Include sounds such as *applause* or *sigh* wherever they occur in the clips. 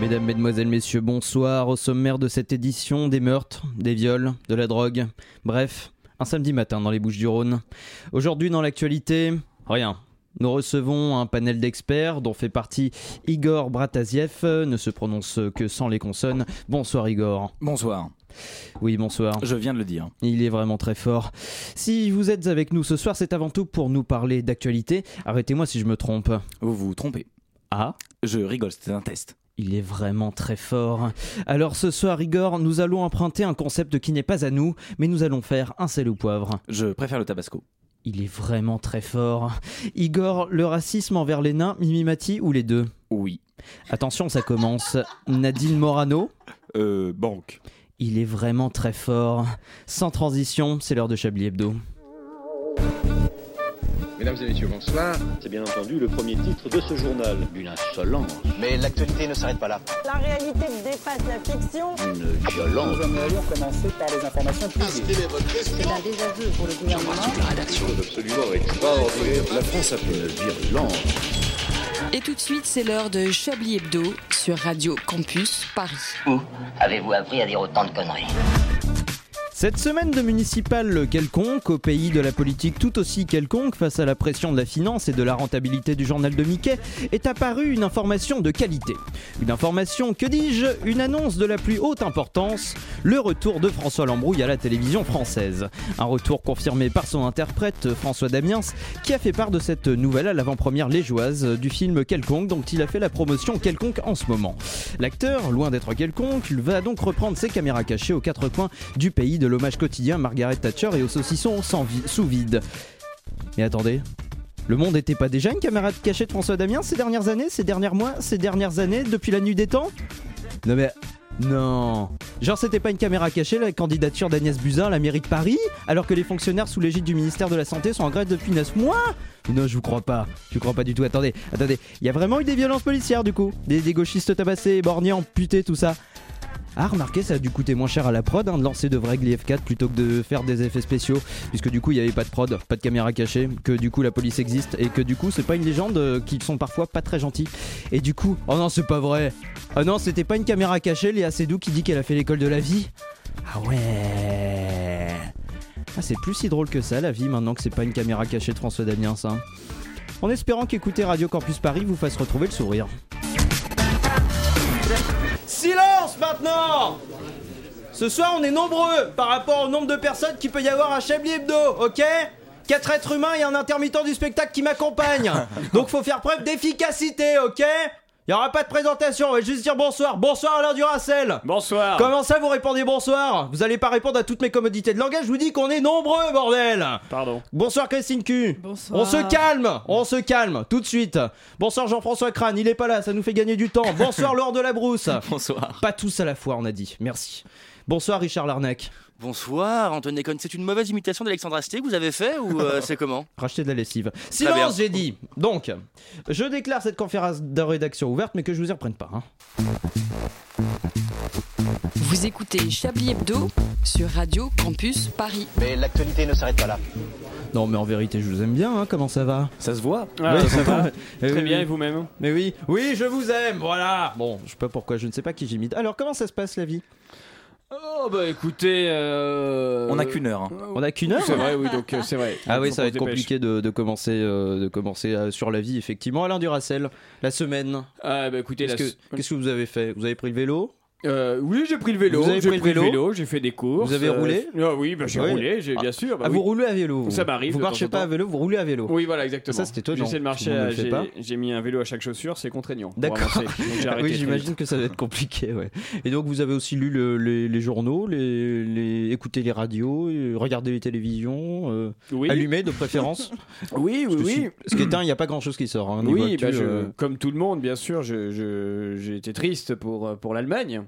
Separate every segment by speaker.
Speaker 1: Mesdames, Mesdemoiselles, Messieurs, bonsoir. Au sommaire de cette édition, des meurtres, des viols, de la drogue. Bref, un samedi matin dans les Bouches du Rhône. Aujourd'hui dans l'actualité, rien. Nous recevons un panel d'experts dont fait partie Igor Brataziev, euh, ne se prononce que sans les consonnes. Bonsoir Igor.
Speaker 2: Bonsoir,
Speaker 1: Oui, bonsoir.
Speaker 2: je viens de le dire.
Speaker 1: Il est vraiment très fort. Si vous êtes avec nous ce soir, c'est avant tout pour nous parler d'actualité. Arrêtez-moi si je me trompe.
Speaker 2: Vous vous trompez.
Speaker 1: Ah
Speaker 2: Je rigole, c'était un test.
Speaker 1: Il est vraiment très fort. Alors ce soir, Igor, nous allons emprunter un concept qui n'est pas à nous, mais nous allons faire un sel au poivre.
Speaker 2: Je préfère le tabasco.
Speaker 1: Il est vraiment très fort. Igor, le racisme envers les nains, Mimimati ou les deux
Speaker 2: Oui.
Speaker 1: Attention, ça commence. Nadine Morano,
Speaker 2: Euh, banque.
Speaker 1: il est vraiment très fort. Sans transition, c'est l'heure de Chablis Hebdo.
Speaker 3: Mesdames et messieurs, bonsoir.
Speaker 4: C'est bien entendu le premier titre de ce journal. Une insolence,
Speaker 3: Mais l'actualité ne s'arrête pas là.
Speaker 5: La réalité dépasse la fiction.
Speaker 4: une violence.
Speaker 6: C'est un désaveu pour le gouvernement.
Speaker 7: Et tout de suite, c'est l'heure de Chablis Hebdo sur Radio Campus Paris.
Speaker 8: Où avez-vous appris à dire autant de conneries
Speaker 1: Cette semaine de municipale quelconque, au pays de la politique tout aussi quelconque, face à la pression de la finance et de la rentabilité du journal de Mickey, est apparue une information de qualité. Une information, que dis-je, une annonce de la plus haute importance, le retour de François Lambrouille à la télévision française. Un retour confirmé par son interprète François Damiens, qui a fait part de cette nouvelle à l'avant-première légeoise du film Quelconque, dont il a fait la promotion quelconque en ce moment. L'acteur, loin d'être quelconque, va donc reprendre ses caméras cachées aux quatre coins du pays de l'hommage quotidien à Margaret Thatcher et aux saucissons sans vi- sous vide. Mais attendez, le monde n'était pas déjà une camarade cachée de François Damien ces dernières années, ces derniers mois, ces dernières années, depuis la nuit des temps Non mais... Non Genre c'était pas une caméra cachée la candidature d'Agnès Buzyn à la mairie de Paris alors que les fonctionnaires sous l'égide du ministère de la Santé sont en grève depuis 9 mois Non je vous crois pas, je vous crois pas du tout, attendez, attendez, il y a vraiment eu des violences policières du coup, des, des gauchistes tabassés, borgnés, amputés, tout ça ah remarquez ça a dû coûter moins cher à la prod hein, de lancer de vrais Glee F4 plutôt que de faire des effets spéciaux puisque du coup il n'y avait pas de prod, pas de caméra cachée, que du coup la police existe et que du coup c'est pas une légende euh, qu'ils sont parfois pas très gentils. Et du coup, oh non c'est pas vrai Ah non c'était pas une caméra cachée Léa Seydoux qui dit qu'elle a fait l'école de la vie Ah ouais Ah c'est plus si drôle que ça la vie maintenant que c'est pas une caméra cachée de François Damien ça. En espérant qu'écouter Radio Campus Paris vous fasse retrouver le sourire. Silence maintenant Ce soir, on est nombreux par rapport au nombre de personnes qu'il peut y avoir à Chablis Hebdo, ok Quatre êtres humains et un intermittent du spectacle qui m'accompagne. Donc faut faire preuve d'efficacité, ok Il n'y aura pas de présentation, on va juste dire bonsoir. Bonsoir Alain Duracel
Speaker 2: Bonsoir.
Speaker 1: Comment ça vous répondez bonsoir Vous allez pas répondre à toutes mes commodités de langage, je vous dis qu'on est nombreux, bordel
Speaker 2: Pardon.
Speaker 1: Bonsoir Christine Q.
Speaker 9: Bonsoir.
Speaker 1: On se calme, on se calme, tout de suite. Bonsoir Jean-François Crane, il est pas là, ça nous fait gagner du temps. Bonsoir Laure de la Brousse.
Speaker 2: Bonsoir.
Speaker 1: Pas tous à la fois, on a dit. Merci. Bonsoir Richard Larnac.
Speaker 10: Bonsoir, Antoine Déconne. C'est une mauvaise imitation d'Alexandre Astier que vous avez fait
Speaker 1: *laughs*
Speaker 10: ou euh, c'est comment
Speaker 1: Racheter de la lessive.
Speaker 10: bien.
Speaker 1: Silence, j'ai dit. Donc, je déclare cette conférence de rédaction ouverte, mais que je vous y reprenne pas. hein.
Speaker 7: Vous écoutez Chablis Hebdo sur Radio Campus Paris.
Speaker 3: Mais l'actualité ne s'arrête pas là.
Speaker 1: Non, mais en vérité, je vous aime bien. hein, Comment ça va
Speaker 2: Ça se voit
Speaker 1: Ouais,
Speaker 9: Ah, ça va.
Speaker 11: *laughs*
Speaker 1: Eh
Speaker 9: Très
Speaker 1: *laughs* oui,
Speaker 9: bien,
Speaker 1: oui.
Speaker 9: et vous-même
Speaker 1: Mais oui, oui, je vous aime. Voilà. Bon, je sais pas pourquoi, je ne sais pas qui j'imite. Alors, comment ça se passe la vie
Speaker 9: Oh bah écoutez... euh,
Speaker 2: On n'a qu'une
Speaker 12: Oh.
Speaker 2: heure. hein.
Speaker 1: On a qu'une heure.
Speaker 9: C'est vrai, oui, donc euh, c'est vrai.
Speaker 1: Ah
Speaker 9: Donc,
Speaker 1: oui,
Speaker 9: faut
Speaker 1: ça va
Speaker 9: qu'on
Speaker 1: être
Speaker 9: se dépêche.
Speaker 1: compliqué de, de commencer, euh, de commencer euh, sur la vie, effectivement. Alain Duracel, la semaine,
Speaker 9: Ah bah écoutez,
Speaker 1: qu'est-ce
Speaker 9: la...
Speaker 1: que, qu'est-ce que vous avez fait Vous avez pris le vélo
Speaker 9: Euh, oui, j'ai pris le vélo,
Speaker 1: Vous avez
Speaker 9: j'ai
Speaker 1: pris
Speaker 9: pris
Speaker 1: le
Speaker 9: le
Speaker 1: vélo
Speaker 9: vélo, j'ai fait des courses.
Speaker 1: Vous avez roulé
Speaker 9: Ah oui, bah j'ai
Speaker 1: Oui.
Speaker 9: roulé, j'ai-
Speaker 1: Ah.
Speaker 9: bien sûr. bah
Speaker 1: Ah,
Speaker 9: oui.
Speaker 1: vous roulez à vélo vous.
Speaker 9: Ça m'arrive
Speaker 1: Vous
Speaker 9: de temps
Speaker 1: marchez
Speaker 9: en temps.
Speaker 1: pas à vélo, vous roulez à vélo.
Speaker 9: Oui, voilà, exactement.
Speaker 1: Ça, c'est étonnant.
Speaker 9: J'essaie de
Speaker 1: Tout
Speaker 9: marcher,
Speaker 1: le monde ne le
Speaker 9: à-
Speaker 1: fait pas.
Speaker 9: j'ai- j'ai mis un vélo à chaque chaussure, c'est contraignant. pour
Speaker 1: D'accord.
Speaker 9: avancer, donc j'ai
Speaker 1: *laughs* Ah
Speaker 9: arrêté
Speaker 1: oui,
Speaker 9: très
Speaker 1: j'imagine
Speaker 9: vite.
Speaker 1: que ça va être compliqué. ouais. Et donc, vous avez aussi lu le- les, les journaux, les, les- écouté les radios, euh, regardé les télévisions, euh,
Speaker 9: Oui,
Speaker 1: allumé
Speaker 9: *laughs*
Speaker 1: de préférence.
Speaker 9: oui, oui.
Speaker 1: Parce que
Speaker 9: oui.
Speaker 1: si- Ce qui est un, il n'y a pas grand-chose qui sort. hein, niveau
Speaker 9: Oui,
Speaker 1: actu,
Speaker 9: bah, je-
Speaker 1: euh,
Speaker 9: comme tout le monde, bien sûr, je- je- j'ai été triste pour, euh, pour l'Allemagne.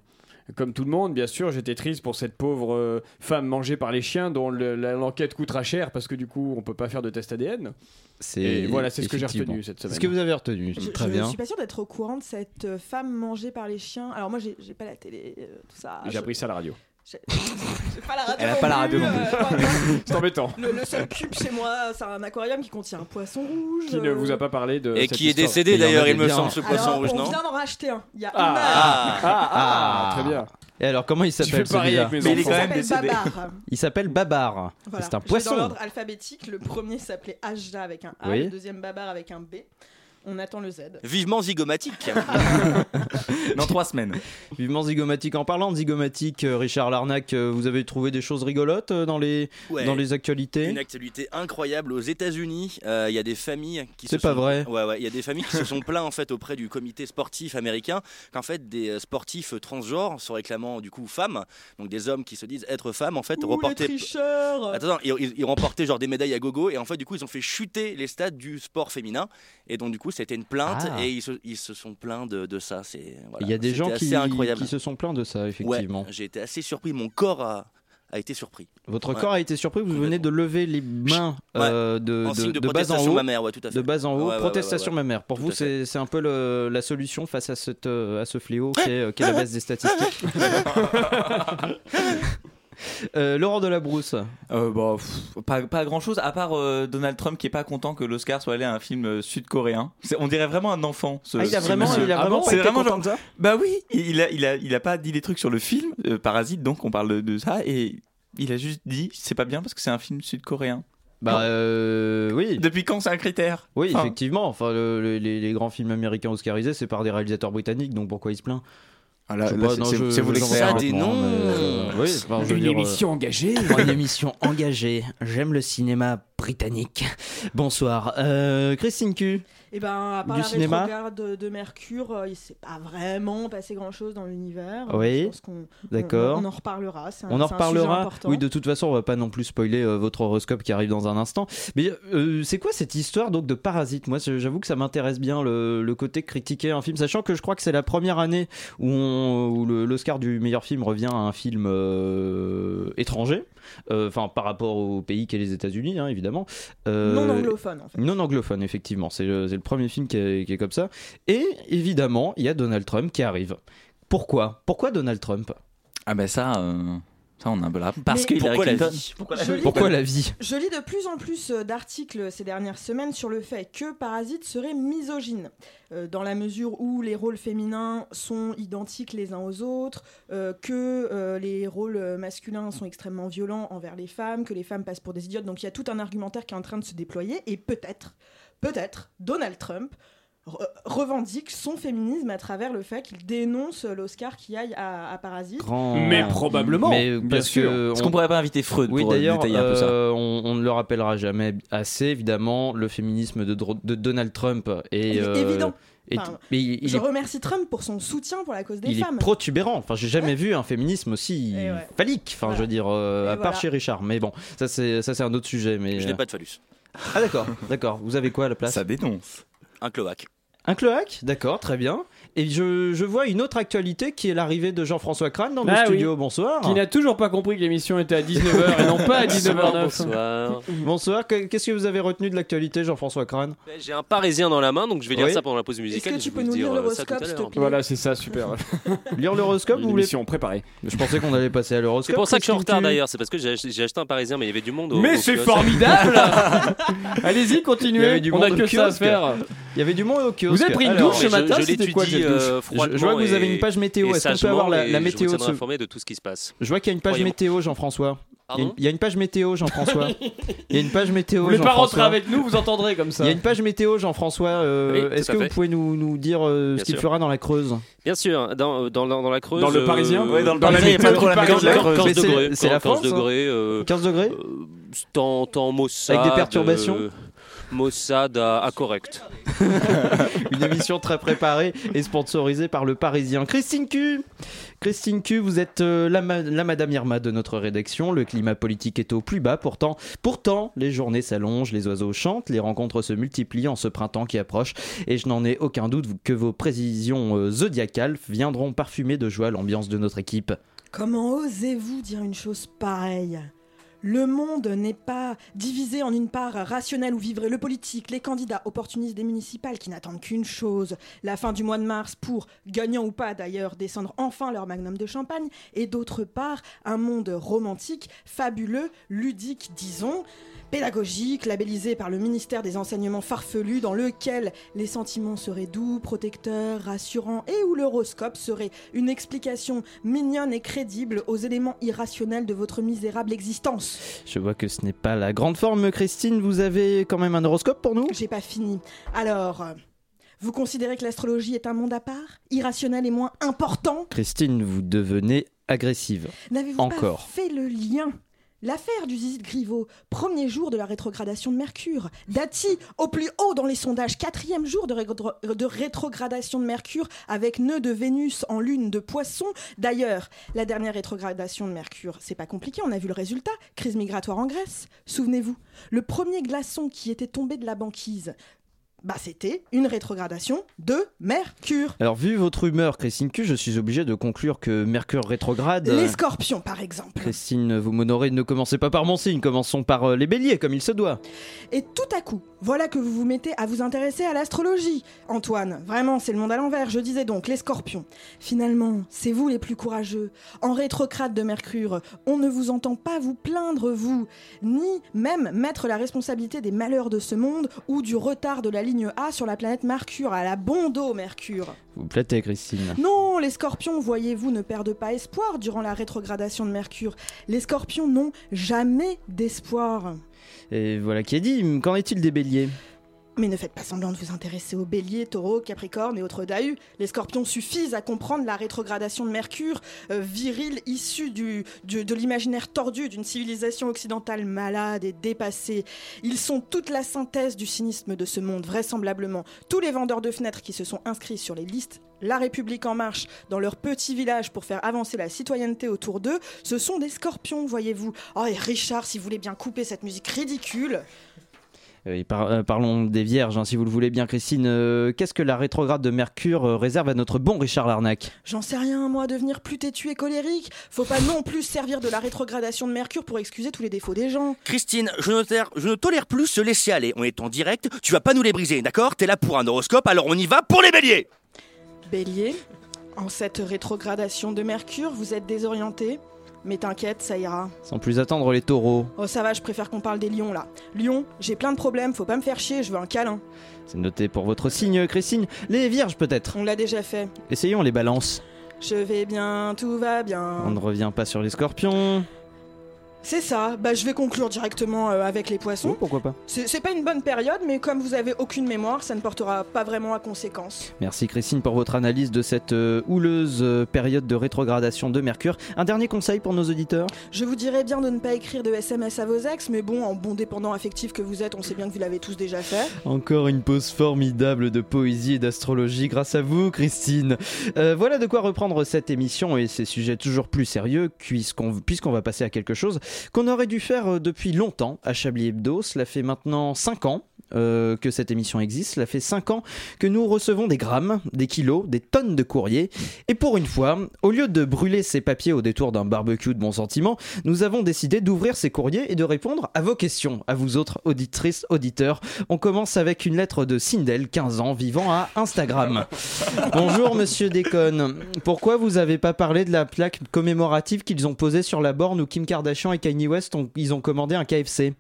Speaker 9: Comme tout le monde, bien sûr, j'étais triste pour cette pauvre euh, femme mangée par les chiens dont le- la- l'enquête coûtera cher parce que du coup, on peut pas faire de test ADN.
Speaker 1: c'est
Speaker 9: Et, voilà, c'est ce que j'ai
Speaker 1: effectivement.
Speaker 9: retenu cette
Speaker 1: C'est
Speaker 9: semaine.
Speaker 1: ce que vous avez retenu.
Speaker 13: Je,
Speaker 1: Très
Speaker 13: je
Speaker 1: bien.
Speaker 13: suis pas sûre d'être au courant de cette euh, femme mangée par les chiens. Alors moi, j'ai j'ai pas la télé, euh, tout ça.
Speaker 9: J'ai appris ça à la radio.
Speaker 13: Je- J'ai *laughs* j'ai pas la radio.
Speaker 2: Elle a pas la radio non
Speaker 13: euh,
Speaker 2: plus.
Speaker 13: enfin, moi,
Speaker 9: C'est embêtant.
Speaker 13: le, le seul cube chez moi, c'est un aquarium qui contient un poisson rouge.
Speaker 9: Qui ne
Speaker 13: euh,
Speaker 9: vous a pas parlé de.
Speaker 10: Et
Speaker 9: cette
Speaker 10: qui est
Speaker 9: histoire
Speaker 10: décédé
Speaker 1: Il y en
Speaker 10: d'ailleurs,
Speaker 1: avait
Speaker 10: il me
Speaker 1: bien.
Speaker 10: semble, ce poisson
Speaker 13: Alors,
Speaker 10: rouge,
Speaker 13: on
Speaker 10: non
Speaker 13: vient d'en racheter un. Il y a
Speaker 9: Ah.
Speaker 13: une heure.
Speaker 10: Ah
Speaker 9: Ah, ah,
Speaker 1: Ah.
Speaker 9: très bien.
Speaker 1: Et alors, comment il
Speaker 9: Je fais
Speaker 1: s'appelle
Speaker 9: pareil
Speaker 1: celui-là
Speaker 9: avec mes
Speaker 2: Mais il est
Speaker 9: enfants.
Speaker 2: quand
Speaker 13: Il
Speaker 2: même
Speaker 13: s'appelle
Speaker 2: décédé.
Speaker 13: Babar.
Speaker 1: Il s'appelle Babar.
Speaker 13: Voilà.
Speaker 1: C'est un
Speaker 13: Je vais Dans
Speaker 1: poisson.
Speaker 13: l'ordre alphabétique, le premier s'appelait Ajda avec un A,
Speaker 1: Oui.
Speaker 13: le deuxième Babar avec un B. On attend le Z.
Speaker 1: *laughs*
Speaker 10: Vivement zygomatique.
Speaker 2: Dans trois semaines.
Speaker 1: Vivement zygomatique. En parlant de zygomatique, euh, Richard Larnac, euh, vous avez trouvé des choses rigolotes euh, dans les,
Speaker 10: Ouais.
Speaker 1: dans les actualités
Speaker 10: Une actualité incroyable aux États-Unis. euh, Il y a des familles qui
Speaker 1: C'est
Speaker 10: se
Speaker 1: pas
Speaker 10: sont-
Speaker 1: vrai.
Speaker 10: Ouais, ouais. Il y a des familles qui se sont plaints en fait auprès du comité sportif américain qu'en fait des euh, sportifs transgenres se réclamant du coup femmes, donc des hommes qui se disent être femmes en fait
Speaker 13: Ouh, les
Speaker 10: remportaient.
Speaker 13: tricheurs
Speaker 10: Attends, attends, ils, ils- ils remportaient genre des médailles à gogo et en fait du coup ils ont fait chuter les stades du sport féminin et donc du coup c'était une plainte
Speaker 1: Ah.
Speaker 10: et ils se, ils se sont plaints de, de ça. C'est voilà.
Speaker 1: Il y a des
Speaker 10: C'était
Speaker 1: gens
Speaker 10: assez
Speaker 1: qui,
Speaker 10: incroyable.
Speaker 1: qui se sont plaints de ça, effectivement.
Speaker 10: Ouais, j'ai été assez surpris. Mon corps a, a été surpris.
Speaker 1: Votre
Speaker 10: Ouais.
Speaker 1: corps a été surpris, vous venez de lever les mains
Speaker 10: Ouais.
Speaker 1: euh, de,
Speaker 10: en
Speaker 1: de,
Speaker 10: signe de,
Speaker 1: de bas en
Speaker 10: protestation
Speaker 1: haut.
Speaker 10: mammaire, ouais, tout à fait.
Speaker 1: De bas en haut,
Speaker 10: Ouais, ouais,
Speaker 1: protestation
Speaker 10: ouais,
Speaker 1: mammaire. Pour
Speaker 10: Tout
Speaker 1: vous,
Speaker 10: à fait.
Speaker 1: c'est c'est un peu le- la solution face à, cette, euh, à ce fléau qui est, euh, qu'est la baisse des statistiques. Euh, Laurent Delabrousse,
Speaker 12: Euh, bah, pff, pas, grand chose, à part euh, Donald Trump qui est pas content que l'Oscar soit allé à un film euh, sud-coréen. C'est- On dirait vraiment un enfant. Ce,
Speaker 1: Ah, il a
Speaker 12: ce
Speaker 1: vraiment,
Speaker 12: monsieur.
Speaker 1: il a
Speaker 12: Ah
Speaker 1: vraiment
Speaker 12: bon
Speaker 1: pas
Speaker 12: C'est
Speaker 1: été
Speaker 12: vraiment
Speaker 1: content
Speaker 12: genre-
Speaker 1: de ça
Speaker 12: Bah oui, il a, il, a, il a pas dit des trucs sur le film, euh, Parasite, donc on parle de, de ça, et il a juste dit c'est pas bien parce que c'est un film sud-coréen.
Speaker 1: Bah euh, oui,
Speaker 12: Depuis quand c'est un critère
Speaker 1: oui,
Speaker 12: Enfin,
Speaker 1: effectivement. Enfin, le- le- les, les grands films américains oscarisés, c'est par des réalisateurs britanniques, donc pourquoi il se plaint Je sais pas, non, je- je- j'en sais
Speaker 10: ça,
Speaker 1: rien,
Speaker 10: des
Speaker 1: moi,
Speaker 10: noms.
Speaker 1: mais, euh, oui, enfin, je veux dire, euh,
Speaker 9: engagée.
Speaker 1: *laughs* Une émission engagée. J'aime le cinéma britannique. Bonsoir. Euh, Christine Q.
Speaker 13: Et ben, à part
Speaker 1: Du
Speaker 13: la
Speaker 1: cinéma
Speaker 13: rétrograde de, de Mercure, euh, il s'est pas vraiment passé grand chose dans l'univers.
Speaker 1: Oui.
Speaker 13: Je pense qu'on-
Speaker 1: D'accord.
Speaker 13: On, on en reparlera. c'est un-
Speaker 1: On en
Speaker 13: c'est un sujet
Speaker 1: reparlera.
Speaker 13: important.
Speaker 1: Oui, de toute façon, on va pas non plus spoiler euh, votre horoscope qui arrive dans un instant. Mais euh, c'est quoi cette histoire donc de parasite Moi, c'est- j'avoue que ça m'intéresse bien le, le côté critiquer un film, sachant que je crois que c'est la première année où, on- où le- l'Oscar du meilleur film revient à un film euh, étranger, Euh, enfin par rapport au pays qu'est les États-Unis, hein, évidemment. Euh,
Speaker 13: Non anglophone, en fait.
Speaker 1: Non anglophone, effectivement. C'est le, c'est le premier film qui est, qui est comme ça. Et évidemment, il y a Donald Trump qui arrive. Pourquoi Pourquoi Donald Trump
Speaker 12: Ah bah ça, euh, ça on a un peu là. Parce
Speaker 13: Mais
Speaker 12: qu'il est
Speaker 10: Pourquoi la
Speaker 12: Clinton.
Speaker 10: vie Pourquoi la
Speaker 13: Je
Speaker 10: vie
Speaker 13: lis-
Speaker 1: Pourquoi la vie
Speaker 13: Je lis de plus en plus euh, d'articles ces dernières semaines sur le fait que Parasite serait misogyne, euh, dans la mesure où les rôles féminins sont identiques les uns aux autres, euh, que euh, les rôles euh, masculins sont extrêmement violents envers les femmes, que les femmes passent pour des idiotes. Donc il y a tout un argumentaire qui est en train de se déployer et peut-être, peut-être, Donald Trump re- revendique son féminisme à travers le fait qu'il dénonce l'Oscar qui aille à, à Parasite.
Speaker 1: Grand-
Speaker 9: Mais probablement.
Speaker 1: Mais euh,
Speaker 9: bien
Speaker 1: parce
Speaker 9: sûr.
Speaker 1: que
Speaker 12: Est-ce
Speaker 1: on-
Speaker 12: qu'on pourrait pas inviter Freud
Speaker 1: Oui,
Speaker 12: pour euh,
Speaker 1: d'ailleurs,
Speaker 12: détailler un peu ça
Speaker 1: euh, on, on ne le rappellera jamais assez. Évidemment, le féminisme de, Dro- de Donald Trump est
Speaker 13: Il est
Speaker 1: euh,
Speaker 13: évident.
Speaker 1: est-
Speaker 13: Enfin,
Speaker 1: mais il, il
Speaker 13: Je
Speaker 1: est,
Speaker 13: remercie Trump pour son soutien pour la cause des
Speaker 1: il est
Speaker 13: femmes.
Speaker 1: protubérant. Enfin, j'ai jamais vu un féminisme aussi
Speaker 13: Et ouais.
Speaker 1: phallique. Enfin,
Speaker 13: Voilà.
Speaker 1: je veux dire, euh,
Speaker 13: Et
Speaker 1: à part
Speaker 13: voilà.
Speaker 1: chez Richard. Mais bon, ça c'est ça c'est un autre sujet. Mais euh.
Speaker 10: Je n'ai pas de phallus.
Speaker 1: ah d'accord, d'accord. Vous avez quoi à la place
Speaker 12: Ça dénonce.
Speaker 10: Un cloaque.
Speaker 1: Un cloaque, d'accord, très bien. Et je, je vois une autre actualité qui est l'arrivée de Jean-François Crane dans le
Speaker 9: Ah oui.
Speaker 1: studio. Bonsoir.
Speaker 9: Qui n'a toujours pas compris que l'émission était à 19h et non pas
Speaker 10: *laughs*
Speaker 9: à 19h09.
Speaker 14: Bonsoir.
Speaker 1: Bonsoir. Que- Qu'est-ce que vous avez retenu de l'actualité, Jean-François Crane
Speaker 14: J'ai un parisien dans la main, donc je vais lire
Speaker 1: Oui.
Speaker 14: ça pendant la pause musicale.
Speaker 13: Est-ce
Speaker 14: je
Speaker 13: que tu
Speaker 14: vais
Speaker 13: peux
Speaker 14: vous
Speaker 13: nous
Speaker 14: dire,
Speaker 13: lire
Speaker 14: euh,
Speaker 13: l'horoscope,
Speaker 14: ça tout à
Speaker 13: s'il te
Speaker 14: l'heure.
Speaker 13: plaît
Speaker 9: Voilà, c'est ça, super.
Speaker 1: Lire l'horoscope, vous
Speaker 9: Une
Speaker 1: voulez
Speaker 9: émission préparée.
Speaker 1: Je pensais qu'on allait passer à l'horoscope.
Speaker 14: C'est pour ça que je suis en
Speaker 1: Christine
Speaker 14: retard
Speaker 1: Q.
Speaker 14: d'ailleurs, c'est parce que j'ai ach- j'ai acheté un parisien, mais il y avait du monde. Au,
Speaker 9: Mais
Speaker 14: au
Speaker 15: euh,
Speaker 9: c'est
Speaker 14: kiosque.
Speaker 9: formidable
Speaker 1: *laughs*
Speaker 9: Allez-y,
Speaker 1: Il y avait
Speaker 9: continuez.
Speaker 1: du
Speaker 9: On a
Speaker 1: monde au
Speaker 9: que ça à
Speaker 1: kiosque.
Speaker 9: faire.
Speaker 1: Il y avait du monde au kiosque.
Speaker 9: Vous avez pris une
Speaker 1: Alors,
Speaker 9: douche
Speaker 14: mais
Speaker 9: ce matin,
Speaker 14: je, je
Speaker 9: c'était quoi,
Speaker 14: l'étudie,
Speaker 9: cette douche
Speaker 14: euh,
Speaker 1: je, je vois que vous avez une page météo. Est-ce qu'on peut avoir la, la météo de
Speaker 14: Je
Speaker 1: ce...
Speaker 14: vous informé de tout ce qui se passe.
Speaker 1: Je vois qu'il y a une page
Speaker 14: Croyez-moi.
Speaker 1: météo, Jean-François. Il y a une-
Speaker 14: Pardon
Speaker 1: il y a une page météo, Jean-François. Il y a une page météo.
Speaker 9: Vous voulez pas rentrer
Speaker 1: Jean-François.
Speaker 9: avec nous, vous entendrez comme ça.
Speaker 1: Il y a une page météo, Jean-François. Euh,
Speaker 14: Oui, tout
Speaker 1: Est-ce
Speaker 14: à
Speaker 1: que
Speaker 14: fait.
Speaker 1: vous pouvez nous, nous dire euh,
Speaker 14: Bien
Speaker 1: ce qu'il
Speaker 14: sûr.
Speaker 1: fera dans la Creuse
Speaker 14: Bien sûr, dans, dans, dans, dans la Creuse.
Speaker 9: Dans le
Speaker 14: euh,
Speaker 9: Parisien
Speaker 12: Ouais, dans le
Speaker 9: Dans la
Speaker 12: Parisien, il y a
Speaker 9: météo
Speaker 12: pas trop
Speaker 9: du
Speaker 12: la météo de la
Speaker 9: Parisien.
Speaker 14: 15
Speaker 12: Creuse.
Speaker 1: Mais c'est-
Speaker 14: degrés.
Speaker 1: c'est la
Speaker 14: 15
Speaker 1: France, hein.
Speaker 14: degrés. euh,
Speaker 1: 15 degrés
Speaker 14: Euh, Tant, tant Mossad.
Speaker 1: Avec des perturbations
Speaker 14: euh, Mossad à, à correct.
Speaker 1: Une émission très préparée et sponsorisée par le Parisien. Christine Q Christine Q, vous êtes euh, la, ma- la Madame Irma de notre rédaction. Le climat politique est au plus bas. Pourtant, pourtant les journées s'allongent, les oiseaux chantent, les rencontres se multiplient en ce printemps qui approche. Et je n'en ai aucun doute que vos précisions euh, zodiacales viendront parfumer de joie l'ambiance de notre équipe.
Speaker 13: Comment osez-vous dire une chose pareille Le monde n'est pas divisé en une part rationnelle où vivrait le politique, les candidats opportunistes des municipales qui n'attendent qu'une chose, la fin du mois de mars pour, gagnant ou pas d'ailleurs, descendre enfin leur magnum de champagne, et d'autre part, un monde romantique, fabuleux, ludique, disons, pédagogique, labellisé par le ministère des enseignements farfelus, dans lequel les sentiments seraient doux, protecteurs, rassurants, et où l'horoscope serait une explication mignonne et crédible aux éléments irrationnels de votre misérable existence.
Speaker 1: Je vois que ce n'est pas la grande forme, Christine. Vous avez quand même un horoscope pour nous
Speaker 13: J'ai pas fini. Alors, euh, vous considérez que l'astrologie est un monde à part, irrationnel et moins important
Speaker 1: Christine, vous devenez agressive.
Speaker 13: N'avez-vous pas
Speaker 1: Encore.
Speaker 13: fait le lien L'affaire du Zizi de Griveaux, premier jour de la rétrogradation de Mercure. Dati, au plus haut dans les sondages, quatrième jour de, régro- de rétrogradation de Mercure avec nœud de Vénus en lune de poisson. D'ailleurs, la dernière rétrogradation de Mercure, c'est pas compliqué, on a vu le résultat. Crise migratoire en Grèce, souvenez-vous. Le premier glaçon qui était tombé de la banquise, bah c'était une rétrogradation de Mercure.
Speaker 1: Alors, vu votre humeur, Christine Q, je suis obligé de conclure que Mercure rétrograde. euh,
Speaker 13: Les scorpions, par exemple.
Speaker 1: Christine, vous m'honorez, ne commencez pas par mon signe, commençons par euh, les béliers, comme il se doit.
Speaker 13: Et tout à coup, voilà que vous vous mettez à vous intéresser à l'astrologie. Antoine, vraiment, c'est le monde à l'envers, je disais donc, les scorpions. Finalement, c'est vous les plus courageux. En rétrocrate de Mercure, on ne vous entend pas vous plaindre, vous, ni même mettre la responsabilité des malheurs de ce monde ou du retard de la ligne A sur la planète Mercure, à la bondo Mercure.
Speaker 1: Vous me platez, Christine.
Speaker 13: Non, les scorpions, voyez-vous, ne perdent pas espoir durant la rétrogradation de Mercure. Les scorpions n'ont jamais d'espoir.
Speaker 1: Et voilà qui est dit. Qu'en est-il des béliers
Speaker 13: Mais ne faites pas semblant de vous intéresser aux béliers, taureaux, capricornes et autres dahus. Les scorpions suffisent à comprendre la rétrogradation de Mercure, euh, viril issu du, du- de l'imaginaire tordu d'une civilisation occidentale malade et dépassée. Ils sont toute la synthèse du cynisme de ce monde, vraisemblablement. Tous les vendeurs de fenêtres qui se sont inscrits sur les listes La République En Marche dans leur petit village pour faire avancer la citoyenneté autour d'eux, ce sont des scorpions, voyez-vous. Oh, et Richard, si vous voulez bien couper cette musique ridicule.
Speaker 1: Euh, et par- euh, Parlons des vierges, hein, si vous le voulez bien, Christine. Euh, Qu'est-ce que la rétrograde de Mercure euh, réserve à notre bon Richard Larnac
Speaker 13: J'en sais rien, moi, devenir plus têtu et colérique. Faut pas non plus servir de la rétrogradation de Mercure pour excuser tous les défauts des gens.
Speaker 10: Christine, je ne, tolère, je ne tolère plus se laisser aller. On est en direct, tu vas pas nous les briser, d'accord T'es là pour un horoscope, alors on y va pour les béliers
Speaker 13: Bélier, en cette rétrogradation de Mercure, vous êtes désorienté. Mais t'inquiète, ça ira.
Speaker 1: Sans plus attendre les taureaux.
Speaker 13: Oh, ça va, je préfère qu'on parle des lions, là. Lion, j'ai plein de problèmes, faut pas me faire chier, je veux un câlin.
Speaker 1: C'est noté pour votre signe, Christine. Les vierges, peut-être
Speaker 13: On l'a déjà fait.
Speaker 1: Essayons les balances.
Speaker 13: Je vais bien, tout va bien.
Speaker 1: On ne revient pas sur les scorpions.
Speaker 13: C'est ça, bah je vais conclure directement euh, avec les poissons.
Speaker 1: Oh, pourquoi pas
Speaker 13: C'est c'est pas une bonne période, mais comme vous avez aucune mémoire, ça ne portera pas vraiment à conséquence.
Speaker 1: Merci Christine pour votre analyse de cette euh, houleuse euh, période de rétrogradation de Mercure. Un dernier conseil pour nos auditeurs
Speaker 13: Je vous dirais bien de ne pas écrire de SMS à vos ex, mais bon, en bon dépendant affectif que vous êtes, on sait bien que vous l'avez tous déjà fait.
Speaker 1: Encore une pause formidable de poésie et d'astrologie grâce à vous, Christine. Euh, voilà de quoi reprendre cette émission et ces sujets toujours plus sérieux, puisqu'on puisqu'on va passer à quelque chose qu'on aurait dû faire euh, depuis longtemps à Chablis Hebdo. Cela fait maintenant 5 ans euh, que cette émission existe. Cela fait 5 ans que nous recevons des grammes, des kilos, des tonnes de courriers. Et pour une fois, au lieu de brûler ces papiers au détour d'un barbecue de bon sentiment, nous avons décidé d'ouvrir ces courriers et de répondre à vos questions, à vous autres auditrices, auditeurs. On commence avec une lettre de Sindel, 15 ans, vivant à Instagram. Bonjour monsieur Déconne. Pourquoi vous avez pas parlé de la plaque commémorative qu'ils ont posée sur la borne où Kim Kardashian et Kanye West ont, ils ont commandé un KFC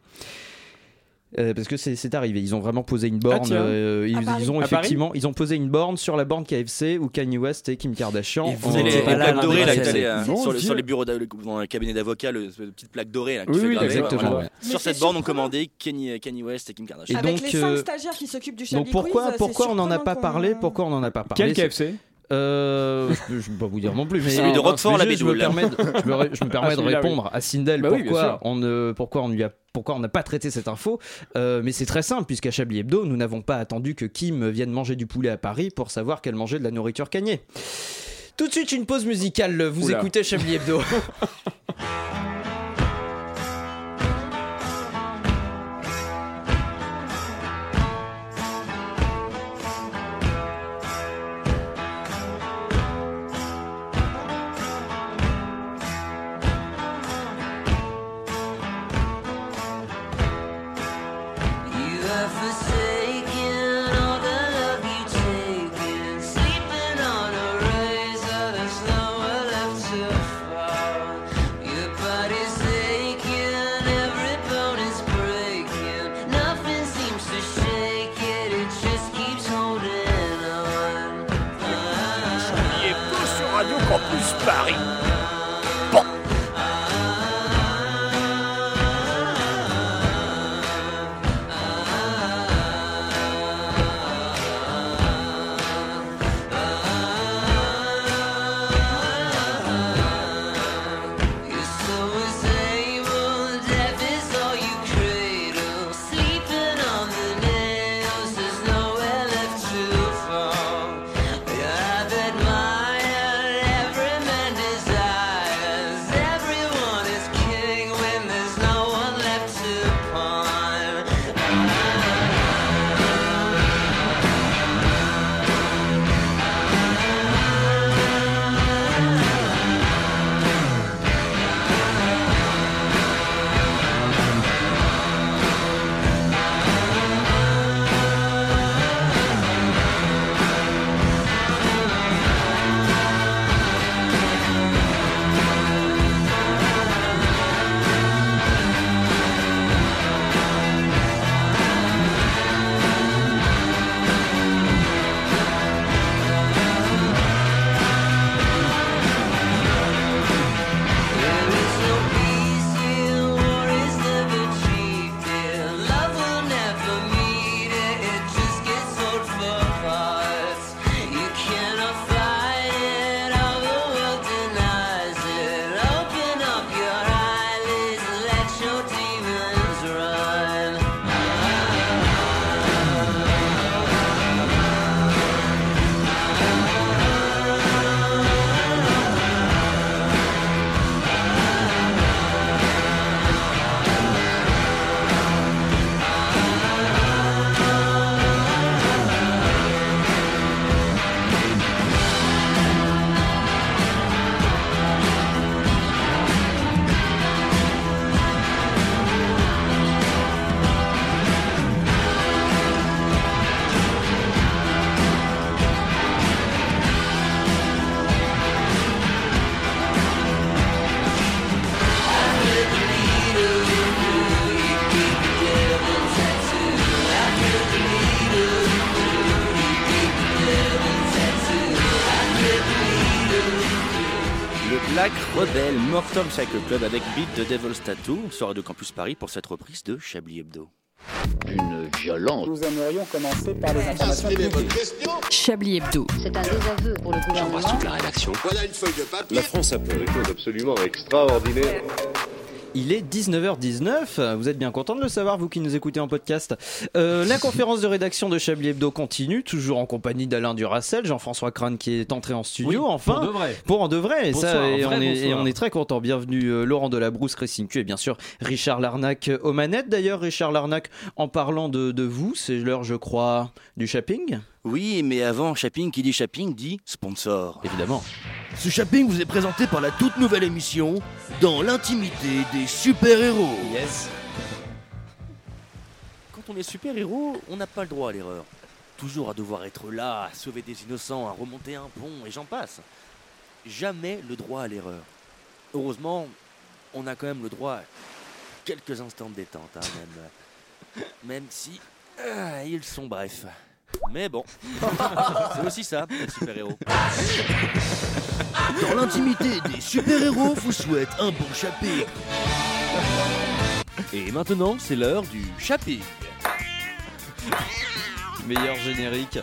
Speaker 1: Euh, parce que c'est c'est arrivé, ils ont vraiment posé une borne.
Speaker 9: Ah, tiens.
Speaker 1: euh, ils,
Speaker 9: À Paris.
Speaker 1: ils ont
Speaker 9: À Paris
Speaker 1: effectivement, ils ont posé une borne sur la borne KFC où Kanye West et Kim Kardashian.
Speaker 10: Vous
Speaker 1: ont-
Speaker 10: savez, les,
Speaker 1: ont-
Speaker 10: les plaques
Speaker 1: ont-
Speaker 10: dorées, là,
Speaker 1: ont-
Speaker 10: que t'as, les, euh,
Speaker 1: Bon
Speaker 10: sur, le-
Speaker 1: Dieu.
Speaker 10: sur les bureaux, d'a- le- dans le cabinet d'avocat, le- cette petite plaque dorée, là, que
Speaker 1: Oui,
Speaker 10: tu fais
Speaker 1: oui,
Speaker 10: graver,
Speaker 1: exactement,
Speaker 10: voilà.
Speaker 1: ouais.
Speaker 10: Sur cette borne, on commandait Kenny- Kanye West et Kim Kardashian.
Speaker 1: Et
Speaker 13: Avec
Speaker 1: donc,
Speaker 13: les cinq
Speaker 1: euh,
Speaker 13: stagiaires qui s'occupent du
Speaker 1: Donc
Speaker 13: Chablis
Speaker 1: pourquoi,
Speaker 13: Quiz, c'est
Speaker 1: pourquoi on n'en a
Speaker 13: surprenant
Speaker 1: pas
Speaker 13: qu'on-
Speaker 1: parlé Pourquoi on n'en a pas parlé
Speaker 9: Quel
Speaker 1: c'est-
Speaker 9: KFC
Speaker 1: euh, je peux- je peux pas vous dire non plus, mais
Speaker 10: Celui de
Speaker 1: Ah,
Speaker 10: Roquefort,
Speaker 1: mais
Speaker 10: la
Speaker 1: je, je me
Speaker 10: Bédoule.
Speaker 1: permets, de, je me, je me permets
Speaker 10: Ah,
Speaker 1: de
Speaker 10: celui-là,
Speaker 1: répondre
Speaker 10: oui.
Speaker 1: à Sindel
Speaker 10: Bah oui, bien
Speaker 1: pourquoi
Speaker 10: sûr.
Speaker 1: on ne pourquoi on lui a pourquoi on n'a pas traité cette info Euh, Mais c'est très simple puisqu'à Chablis Hebdo, nous n'avons pas attendu que Kim vienne manger du poulet à Paris pour savoir qu'elle mangeait de la nourriture cagnée. Tout de suite une pause musicale. Vous
Speaker 9: Oula.
Speaker 1: écoutez Chablis
Speaker 10: *laughs*
Speaker 1: Hebdo.
Speaker 16: Campus Paris. Bon.
Speaker 10: Le Black Rebel Mortal Cycle Club avec Beat de Devil's Tattoo, soirée de Campus Paris pour cette reprise de Chablis Hebdo. Une violence.
Speaker 6: Nous aimerions commencer par les
Speaker 7: informations publiques. Chablis Hebdo.
Speaker 6: C'est un désaveu pour le gouvernement.
Speaker 7: la rédaction.
Speaker 16: Voilà une feuille de papier.
Speaker 17: La France a fait des choses absolument extraordinaires.
Speaker 1: Il est 19h19, vous êtes bien content de le savoir, vous qui nous écoutez en podcast. Euh, la conférence de rédaction de Chablis Hebdo continue, toujours en compagnie d'Alain Duracel, Jean-François Crane qui est entré en studio,
Speaker 9: Oui,
Speaker 1: enfin.
Speaker 9: pour de vrai.
Speaker 1: Pour en de vrai, et,
Speaker 9: Bonsoir,
Speaker 1: ça,
Speaker 9: un
Speaker 1: et
Speaker 9: vrai
Speaker 1: on est, et
Speaker 9: bonsoir.
Speaker 1: on est très content. Bienvenue euh, Laurent Delabrousse, Christine Q et bien sûr Richard Larnac euh, aux manettes. D'ailleurs, Richard Larnac, en parlant de, de vous, c'est l'heure, je crois, du shopping
Speaker 10: Oui, mais avant, shopping qui dit shopping dit sponsor.
Speaker 1: Évidemment.
Speaker 18: Ce shopping vous est présenté par la toute nouvelle émission Dans l'intimité des super-héros.
Speaker 10: Yes. Quand on est super-héros, on n'a pas le droit à l'erreur. Toujours à devoir être là, à sauver des innocents, à remonter un pont, et j'en passe. Jamais le droit à l'erreur. Heureusement, on a quand même le droit à quelques instants de détente, hein,
Speaker 18: *laughs*
Speaker 10: même. Même si ah, ils sont brefs.
Speaker 18: *laughs*
Speaker 10: Mais bon, c'est aussi ça, les super-héros.
Speaker 18: Dans l'intimité des super-héros vous souhaite un bon shopping.
Speaker 10: Et maintenant, c'est l'heure du shopping.
Speaker 1: Meilleur générique.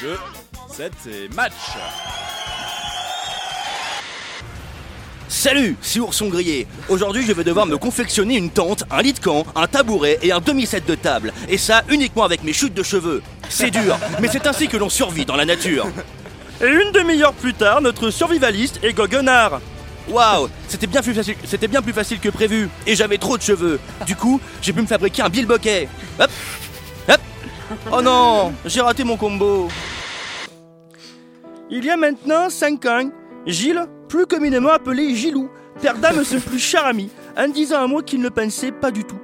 Speaker 16: Jeu, 7 et match.
Speaker 10: Salut, c'est Ourson Grillé. Aujourd'hui, je vais devoir me confectionner une tente, un lit de camp, un tabouret et un demi-set de table. Et ça uniquement avec mes chutes de cheveux. C'est dur, mais c'est ainsi que l'on survit dans la nature. Et une demi-heure plus tard, notre survivaliste est goguenard. Waouh, c'était bien, plus facile- c'était bien plus facile que prévu. Et j'avais trop de cheveux. Du coup, j'ai pu me fabriquer un bilboquet. Hop, hop. Oh non, j'ai raté mon combo. Il y a maintenant 5 ans, Gilles, plus communément appelé Gilou, perda Monsieur Plus cher ami, en disant à moi qu'il ne pensait pas du tout.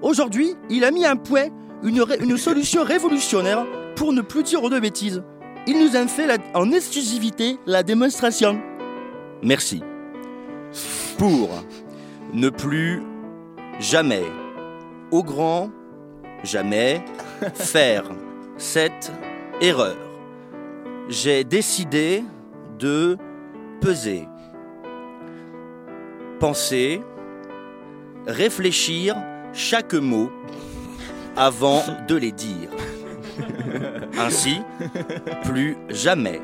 Speaker 10: Aujourd'hui, il a mis un point, une, ré- une solution révolutionnaire pour ne plus dire de bêtises. Il nous en fait la- en exclusivité la démonstration. Merci. Pour ne plus jamais, au grand jamais, faire cette erreur. j'ai décidé de peser, penser, réfléchir chaque mot avant de les dire. Ainsi, plus jamais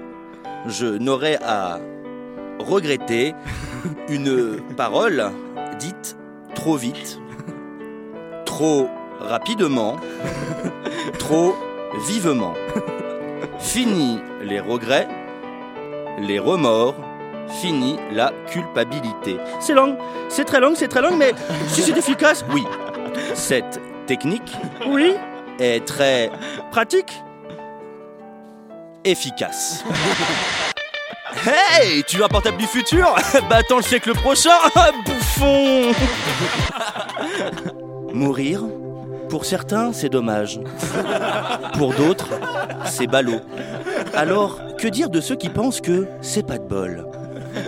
Speaker 10: je n'aurai à regretter une parole dite trop vite, trop rapidement, trop vivement. Fini les regrets, les remords, fini la culpabilité. C'est long, c'est très long, c'est très long, mais si c'est efficace, oui. Cette technique, oui, est très pratique, efficace. *laughs* Hey, tu veux un portable du futur *laughs* Bah attends le siècle prochain, *laughs* bouffon *laughs* Mourir, pour certains, c'est dommage. Pour d'autres, c'est ballot. Alors, que dire de ceux qui pensent que c'est pas de bol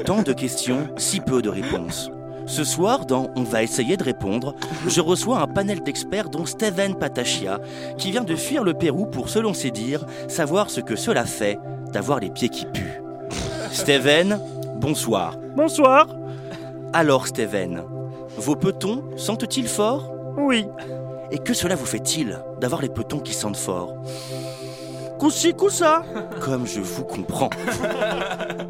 Speaker 10: Tant de questions, si peu de réponses. Ce soir, dans On va essayer de répondre, je reçois un panel d'experts dont Steven Patachia, qui vient de fuir le Pérou pour, selon ses dires, savoir ce que cela fait d'avoir les pieds qui puent. Steven, bonsoir. Bonsoir. Alors, Steven, vos petons sentent-ils fort Oui. Et que cela vous fait-il d'avoir les petons qui sentent fort Coussi coussa Comme je vous comprends.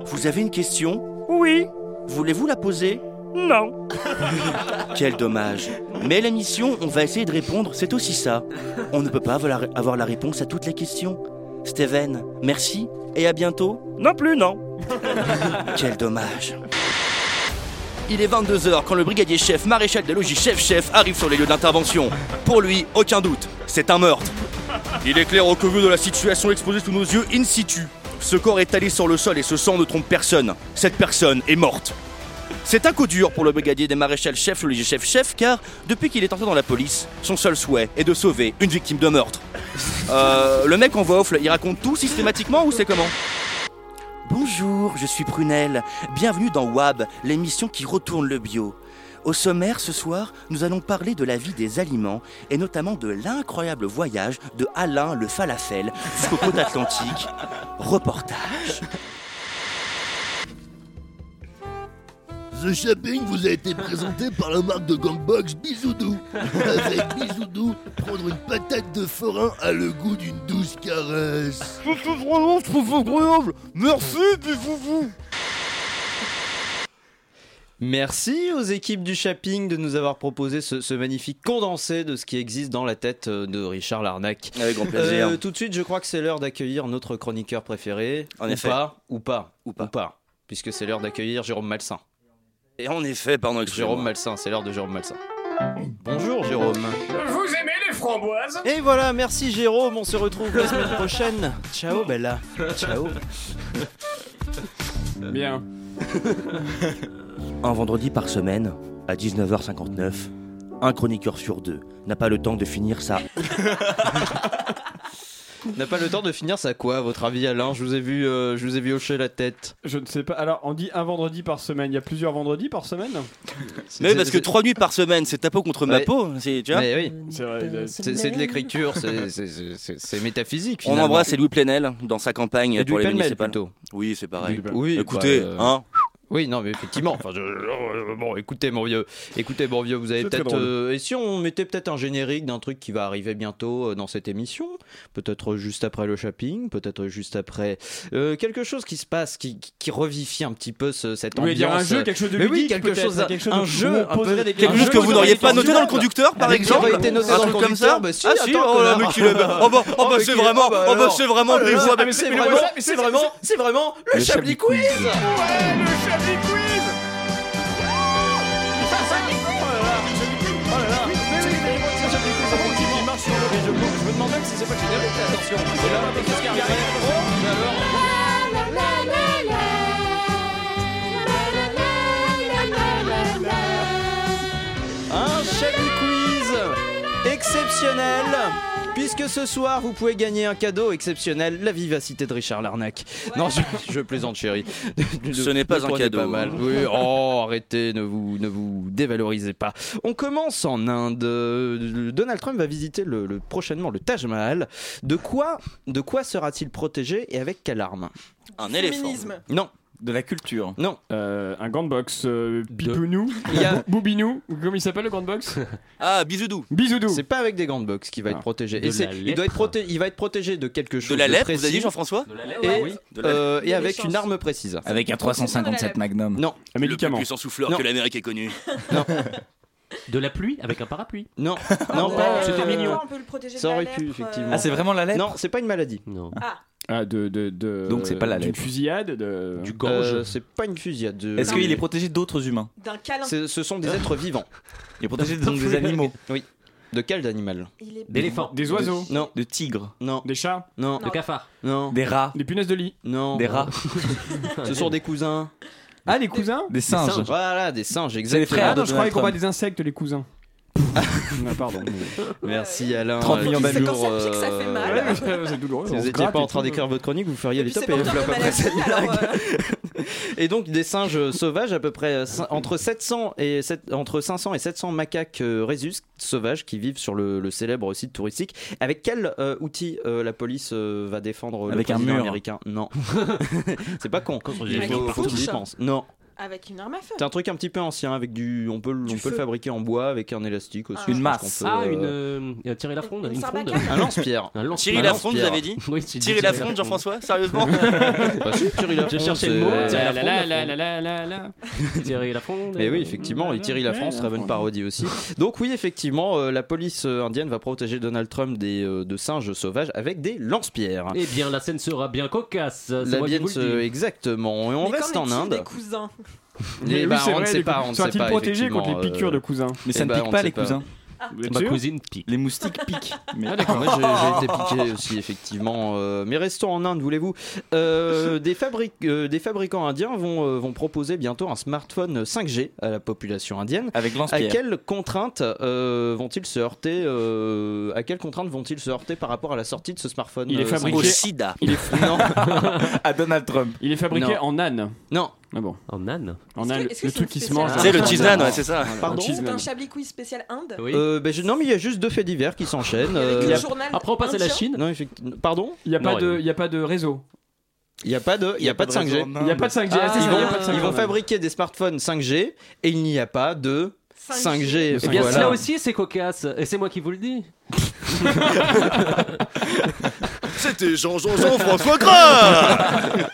Speaker 10: Vous avez une question Oui. Voulez-vous la poser Non. Quel dommage. Mais l'émission, on va essayer de répondre, c'est aussi ça. On ne peut pas avoir la- avoir la réponse à toutes les questions. Steven, merci et à bientôt Non plus, non. *laughs* Quel dommage. Il est 22h quand le brigadier chef, maréchal des logis chef-chef arrive sur les lieux d'intervention. Pour lui, aucun doute, c'est un meurtre. Il éclaire au courant de la situation exposée sous nos yeux in situ. Ce corps est allé sur le sol et ce sang ne trompe personne. Cette personne est morte. C'est un coup dur pour le brigadier des maréchals chefs, le chef chef, car depuis qu'il est entré dans la police, son seul souhait est de sauver une victime de meurtre. Euh, le mec en voix off, là, il raconte tout systématiquement ou c'est comment Bonjour, je suis Prunelle. Bienvenue dans WAB, l'émission qui retourne le bio. Au sommaire ce soir, nous allons parler de la vie des aliments et notamment de l'incroyable voyage de Alain le Falafel jusqu'aux côtes *laughs* atlantiques. Reportage.
Speaker 18: The Shopping vous a été présenté par la marque de Gangbox Bisoudou. Avec Bisoudou, prendre une patate de forain a le goût d'une douce caresse. Je trouve vraiment, je trouve agréable. Merci, Bisoudou.
Speaker 1: Merci aux équipes du Shopping de nous avoir proposé ce, ce magnifique condensé de ce qui existe dans la tête euh, de Richard Larnac. Euh,
Speaker 10: Avec grand plaisir.
Speaker 1: tout de suite, je crois que c'est l'heure d'accueillir notre chroniqueur préféré.
Speaker 10: En
Speaker 1: ou
Speaker 10: effet.
Speaker 1: Pas, ou pas. Ou pas. puisque c'est l'heure d'accueillir Jérôme Malsain.
Speaker 10: Et en effet, pardon,
Speaker 1: Jérôme Malsain, c'est l'heure de Jérôme Malsain. Bonjour Jérôme.
Speaker 19: Vous aimez les framboises
Speaker 1: Et voilà, merci Jérôme, on se retrouve la semaine prochaine. Ciao Bella. Ciao. *laughs*
Speaker 9: Bien.
Speaker 10: Un vendredi par semaine, à 19h59, un chroniqueur sur deux n'a pas le temps de finir sa
Speaker 1: N'a pas le temps de finir ça quoi à votre avis Alain Je vous ai vu euh, je vous ai vu hocher la tête.
Speaker 9: Je ne sais pas. Alors, on dit un vendredi par semaine. Il y a plusieurs vendredis par semaine
Speaker 10: Mais oui, parce que trois nuits par semaine, c'est ta peau contre ma
Speaker 1: Ouais.
Speaker 10: peau. c'est- Tu vois
Speaker 1: Mais oui.
Speaker 9: C'est vrai.
Speaker 1: C'est c'est de l'écriture,
Speaker 9: *laughs*
Speaker 1: c'est- c'est- c'est c'est- c'est métaphysique.
Speaker 10: On
Speaker 1: Finalement.
Speaker 10: embrasse Louis Plenel dans sa campagne
Speaker 1: Et du
Speaker 10: pour les
Speaker 1: pêle-mêle,
Speaker 10: municipales.
Speaker 1: plutôt.
Speaker 10: Oui, c'est pareil.
Speaker 1: Du- Oui,
Speaker 10: écoutez,
Speaker 1: bah, euh,
Speaker 10: hein
Speaker 1: Oui, non, mais effectivement. Enfin, je- je- bon, écoutez, mon vieux. Écoutez, mon vieux, vous avez
Speaker 10: C'est très
Speaker 1: peut-être.
Speaker 10: drôle.
Speaker 1: euh, et si on mettait peut-être un générique d'un truc qui va arriver bientôt euh, dans cette émission Peut-être juste après le shopping, peut-être juste après euh, quelque chose qui se passe, qui, qui- qui revivifie un petit peu ce- cette
Speaker 9: Vous
Speaker 1: ambiance.
Speaker 9: voulez dire un jeu, quelque chose de
Speaker 1: Mais oui,
Speaker 9: ludique,
Speaker 1: quelque
Speaker 9: peut-être,
Speaker 1: chose,
Speaker 9: quelque chose
Speaker 1: un
Speaker 9: où
Speaker 1: jeu,
Speaker 9: on
Speaker 1: un peu-
Speaker 9: poserait des
Speaker 1: un
Speaker 9: questions.
Speaker 10: Quelque chose
Speaker 1: jeu
Speaker 10: que vous n'auriez
Speaker 1: aurait
Speaker 10: pas
Speaker 1: été
Speaker 10: noté dans le
Speaker 1: formidable.
Speaker 10: conducteur, par
Speaker 1: Mais qui
Speaker 10: exemple
Speaker 1: aurait été noté
Speaker 10: Un
Speaker 1: dans le
Speaker 10: truc comme
Speaker 1: conducteur,
Speaker 10: ça
Speaker 1: bah si,
Speaker 10: Ah
Speaker 1: attends,
Speaker 10: si, oh là,
Speaker 1: connard.
Speaker 10: mais qu'il est- oh bah- oh bah,
Speaker 1: mais
Speaker 10: c'est
Speaker 1: qu'il est-
Speaker 10: vraiment-
Speaker 1: oh bah
Speaker 10: oh bah,
Speaker 1: alors.
Speaker 10: c'est vraiment
Speaker 1: Oh là là,
Speaker 10: Brivois,
Speaker 1: mais
Speaker 10: mais
Speaker 1: c'est
Speaker 10: c'est
Speaker 1: vraiment-
Speaker 10: Brivois,
Speaker 1: mais c'est vraiment, c'est vraiment le
Speaker 10: Le
Speaker 1: Chablis
Speaker 10: Chablis Quiz.
Speaker 1: Quiz.
Speaker 19: Ouais, le Chablis Quiz Ah, ça y est. Oh là là, Chablis Quiz. Oh là là. Mais oui, mais moi, tiens, Chablis Quiz, c'est mon type qui marche sur le jeu. Je me demande même si c'est pas le générique, là, attention. Et là, mais qu'est-ce qui arrive Oh,
Speaker 1: Un Chablis Quiz exceptionnel Puisque ce soir, vous pouvez gagner un cadeau exceptionnel, la vivacité de Richard Larnac. Non, je, je plaisante, chérie. *laughs* Ne-
Speaker 10: Ce
Speaker 1: ne-
Speaker 10: n'est pas
Speaker 1: ne
Speaker 10: un
Speaker 1: prenez
Speaker 10: cadeau.
Speaker 1: pas mal. Oui, oh, arrêtez, ne vous, ne vous dévalorisez pas. On commence en Inde. Euh, Donald Trump va visiter le, le- prochainement le Taj Mahal. De quoi, de quoi sera-t-il protégé et avec quelle arme
Speaker 10: Un
Speaker 13: éléphant. Féminisme.
Speaker 1: Non.
Speaker 12: De la culture
Speaker 1: Non. Euh,
Speaker 11: un grand box. Euh, Bipounou
Speaker 1: Il y a-
Speaker 11: Boubinou ou Comment il s'appelle le grand box
Speaker 10: Ah, bisoudou.
Speaker 11: Bisoudou.
Speaker 1: C'est pas avec des grandes box
Speaker 9: Ah.
Speaker 1: qu'il va être protégé.
Speaker 11: De
Speaker 1: Et c'est-
Speaker 11: la
Speaker 1: il, doit être proté- il va être protégé de quelque chose.
Speaker 10: la
Speaker 1: de
Speaker 10: lèpre,
Speaker 1: précis.
Speaker 10: vous avez dit, Jean-François De la lèpre,
Speaker 1: Et,
Speaker 10: oui. De la lèpre.
Speaker 1: euh, et
Speaker 10: Il y a des
Speaker 1: avec une
Speaker 10: chances.
Speaker 1: arme précise.
Speaker 12: Avec un 357 Magnum.
Speaker 1: Non.
Speaker 11: Un
Speaker 10: Le plus puissant souffleur
Speaker 1: Non.
Speaker 10: que l'Amérique ait *laughs* connu.
Speaker 15: De la pluie avec un parapluie.
Speaker 13: *laughs*
Speaker 1: Non, non,
Speaker 13: Ouais,
Speaker 1: pas.
Speaker 13: ouais,
Speaker 1: C'était
Speaker 13: ouais.
Speaker 1: mignon.
Speaker 13: Euh, On peut le protéger de
Speaker 1: Ça
Speaker 13: la
Speaker 1: aurait
Speaker 13: lèpre,
Speaker 1: pu,
Speaker 13: euh.
Speaker 1: effectivement.
Speaker 12: Ah, c'est vraiment la lèpre
Speaker 1: Non, c'est pas une maladie. Non.
Speaker 13: Ah.
Speaker 11: Ah, de. de, de
Speaker 12: Donc, c'est pas la
Speaker 11: d'une
Speaker 12: lèpre.
Speaker 11: fusillade de... Du
Speaker 1: Euh, c'est pas une fusillade. de-
Speaker 12: Est-ce qu'il est protégé d'autres humains
Speaker 13: D'un câlin.
Speaker 1: C'est- Ce sont des êtres vivants.
Speaker 12: Il est protégé donc des animaux.
Speaker 1: Oui. De quel animal
Speaker 13: Il est-
Speaker 12: D'éléphants.
Speaker 11: Des oiseaux.
Speaker 1: De- Non.
Speaker 12: De tigres.
Speaker 1: Non.
Speaker 11: Des chats
Speaker 1: Non.
Speaker 15: De cafards.
Speaker 1: Non.
Speaker 12: Des rats.
Speaker 11: Des punaises de lit.
Speaker 1: Non.
Speaker 12: Des rats.
Speaker 1: *laughs* Ce sont des cousins.
Speaker 11: Ah, les cousins
Speaker 12: Des singes.
Speaker 1: Voilà, des singes,
Speaker 11: C'est les
Speaker 1: exactement.
Speaker 11: frères. Ah non, je croyais qu'on parlait des insectes, les cousins. *laughs* Ah, pardon.
Speaker 1: Merci Alain.
Speaker 11: 30 millions
Speaker 1: Toujours,
Speaker 11: d'amour, Quand ça pique, ça
Speaker 1: euh,
Speaker 11: fait mal. Ouais, c'est- c'est douloureux,
Speaker 1: Si
Speaker 11: on
Speaker 1: vous
Speaker 11: se
Speaker 1: n'étiez
Speaker 11: gratte
Speaker 1: pas
Speaker 11: et
Speaker 1: en train
Speaker 11: tout.
Speaker 1: d'écrire votre chronique, vous feriez les
Speaker 11: puis,
Speaker 1: tops
Speaker 11: c'est
Speaker 1: et les
Speaker 11: porteur
Speaker 1: flops
Speaker 11: de
Speaker 1: après
Speaker 11: maladie, euh.
Speaker 1: cette blague. Et donc des
Speaker 11: *laughs*
Speaker 1: singes euh, sauvages, à peu près euh, cin- entre 700 et sept- entre 500 et 700 macaques euh, rhesus sauvages qui vivent sur le, le célèbre site touristique. Avec quel euh, outil euh, la police euh, va défendre le
Speaker 12: Avec un
Speaker 1: président
Speaker 12: mur.
Speaker 1: américain Non, *laughs* c'est pas con.
Speaker 13: des
Speaker 1: Il faut,
Speaker 13: fourches.
Speaker 1: faut que j'y pense. Non.
Speaker 13: Avec une arme à feu.
Speaker 1: C'est un truc un petit peu ancien avec du, on peut, le- on peut
Speaker 13: feu.
Speaker 1: le fabriquer en bois avec un élastique aussi.
Speaker 13: Une
Speaker 1: je
Speaker 12: masse.
Speaker 1: pense qu'on peut,
Speaker 15: Ah,
Speaker 1: euh,
Speaker 15: une. euh, euh,
Speaker 1: *laughs*
Speaker 15: tirer la fronde.
Speaker 13: Une
Speaker 15: Une fronde.
Speaker 13: sarbacane.
Speaker 1: Un lance-pierre.
Speaker 15: Un lance-
Speaker 10: Thierry
Speaker 15: un
Speaker 10: Lafronde, vous
Speaker 15: lance-pierre.
Speaker 10: avez dit
Speaker 15: Oui, c'est
Speaker 10: Thierry
Speaker 15: dit,
Speaker 10: Lafronde,
Speaker 15: *laughs*
Speaker 10: Jean-François Sérieusement
Speaker 1: Bah,
Speaker 10: *laughs*
Speaker 1: si, Thierry Lafronde,
Speaker 15: J'ai cherché
Speaker 1: c'est-
Speaker 15: le mot. Ah
Speaker 1: Thierry
Speaker 15: La
Speaker 1: Lafronde,
Speaker 15: la la la la la la. Thierry Lafronde.
Speaker 1: Mais Eh oui, effectivement, et Thierry Lafrance, très bonne parodie aussi. Donc oui, effectivement, euh, la police euh, indienne va protéger Donald Trump des, euh, de singes sauvages avec des lance-pierres.
Speaker 15: Eh bien, la scène sera bien cocasse. euh, c'est
Speaker 1: La
Speaker 15: moi qui
Speaker 1: Bienne,
Speaker 15: vous le dis.
Speaker 1: exactement. Et on
Speaker 13: Mais
Speaker 1: reste
Speaker 13: qu'en
Speaker 1: en
Speaker 13: est-il
Speaker 1: Inde.
Speaker 13: Des cousins.
Speaker 1: Les-
Speaker 11: Mais
Speaker 1: bah,
Speaker 11: oui, c'est
Speaker 1: on ne
Speaker 11: vrai,
Speaker 1: sait
Speaker 11: les
Speaker 1: pas,
Speaker 11: cou-
Speaker 1: on ne
Speaker 11: Sera-t-il
Speaker 1: sait pas,
Speaker 11: protégé contre
Speaker 1: effectivement,
Speaker 11: les piqûres
Speaker 1: euh,
Speaker 11: de cousins
Speaker 1: Mais
Speaker 11: Eh
Speaker 1: ça ne
Speaker 11: ben,
Speaker 1: pique
Speaker 11: on
Speaker 1: pas,
Speaker 11: sait
Speaker 1: les cousins.
Speaker 11: Vous êtes
Speaker 1: Ma
Speaker 11: sûr
Speaker 1: cousine
Speaker 15: pique.
Speaker 12: Les moustiques
Speaker 1: *laughs*
Speaker 12: piquent. Mais...
Speaker 11: Ah,
Speaker 1: Moi, j'ai, j'ai été piqué aussi, effectivement. Euh, mais restons en Inde, voulez-vous. Euh, des, fabric- euh, des fabricants indiens vont, euh, vont proposer bientôt un smartphone 5G à la population indienne.
Speaker 12: Avec
Speaker 1: À
Speaker 12: lance-pierre.
Speaker 1: quelles contraintes euh, vont-ils se heurter euh, À quelles contraintes vont-ils se heurter par rapport à la sortie de ce smartphone
Speaker 11: Il est
Speaker 1: euh,
Speaker 11: fabriqué
Speaker 1: 5G?
Speaker 11: Il *laughs* est
Speaker 1: Non.
Speaker 12: à Donald Trump.
Speaker 11: Il est fabriqué
Speaker 1: Non.
Speaker 11: en âne.
Speaker 1: Non.
Speaker 11: Ah bon.
Speaker 15: En âne.
Speaker 11: En
Speaker 13: que-
Speaker 11: âne,
Speaker 13: est-ce que
Speaker 11: le
Speaker 13: c'est
Speaker 11: truc
Speaker 13: une
Speaker 11: qui se
Speaker 13: spéciale
Speaker 11: mange.
Speaker 1: Ah,
Speaker 10: C'est le cheese naan, ouais, c'est ça.
Speaker 1: Pardon
Speaker 11: cheese
Speaker 13: C'est
Speaker 11: naan.
Speaker 13: un chablis quiz spécial Inde.
Speaker 1: Euh, ben, je- Non, mais il y a juste deux faits divers
Speaker 11: Ah.
Speaker 1: qui s'enchaînent.
Speaker 13: Avec le
Speaker 1: euh,
Speaker 13: journal
Speaker 15: Après, on passe à la
Speaker 13: indien.
Speaker 15: Chine.
Speaker 1: Non, effectivement. Pardon
Speaker 11: Il n'y a, pas
Speaker 1: Non,
Speaker 11: de- il y a pas de réseau.
Speaker 1: Il n'y a pas de, il y a pas de 5G.
Speaker 11: Il n'y a pas de 5G. ah, c'est
Speaker 1: ils
Speaker 11: ça, il y a
Speaker 1: vont,
Speaker 11: pas de 5G.
Speaker 1: ils vont fabriquer des smartphones 5G et il n'y a pas de 5G.
Speaker 15: Eh bien,
Speaker 1: Voilà.
Speaker 15: cela aussi, c'est cocasse. Et c'est moi qui vous le *laughs* dis.
Speaker 20: C'était
Speaker 10: *laughs*
Speaker 20: Jean-Jean-Jean François Gras
Speaker 1: *laughs*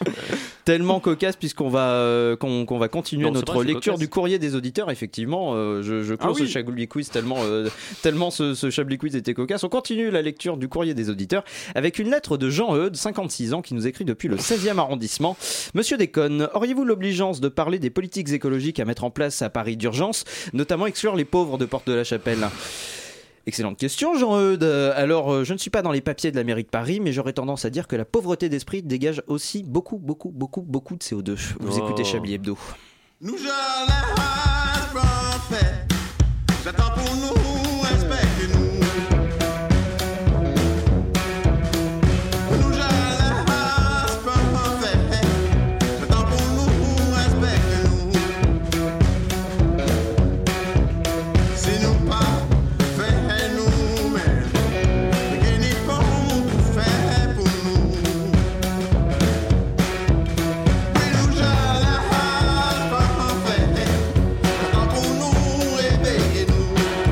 Speaker 1: Tellement cocasse puisqu'on va euh, qu'on qu'on va continuer
Speaker 15: Non, c'est
Speaker 1: notre
Speaker 15: vrai, c'est
Speaker 1: lecture
Speaker 15: cocasse.
Speaker 1: du courrier des auditeurs. Effectivement, euh, je, je
Speaker 15: Ah
Speaker 1: clôt
Speaker 15: oui.
Speaker 1: ce Chablis Quiz tellement euh, tellement ce, ce Chablis Quiz était cocasse. On continue la lecture du courrier des auditeurs avec une lettre de Jean Eudes, 56 ans, qui nous écrit depuis le 16e arrondissement. Monsieur Déconne, auriez-vous l'obligeance de parler des politiques écologiques à mettre en place à Paris d'urgence, notamment exclure les pauvres de Porte de la Chapelle Excellente question, Jean-Eudes. Euh, Alors, euh, je ne suis pas dans les papiers de la mairie de Paris, mais j'aurais tendance à dire que la pauvreté d'esprit dégage aussi beaucoup, beaucoup, beaucoup, beaucoup de CO2. Vous
Speaker 15: Oh.
Speaker 1: écoutez Chablis Hebdo.
Speaker 16: Nous allons à prophète. J'attends pour nous, respecte-nous. Nous allons à prophète. J'attends pour nous, respecte-nous. Si nous pas faire nous-mêmes, mais qu'il n'y a pas pour faire pour nous.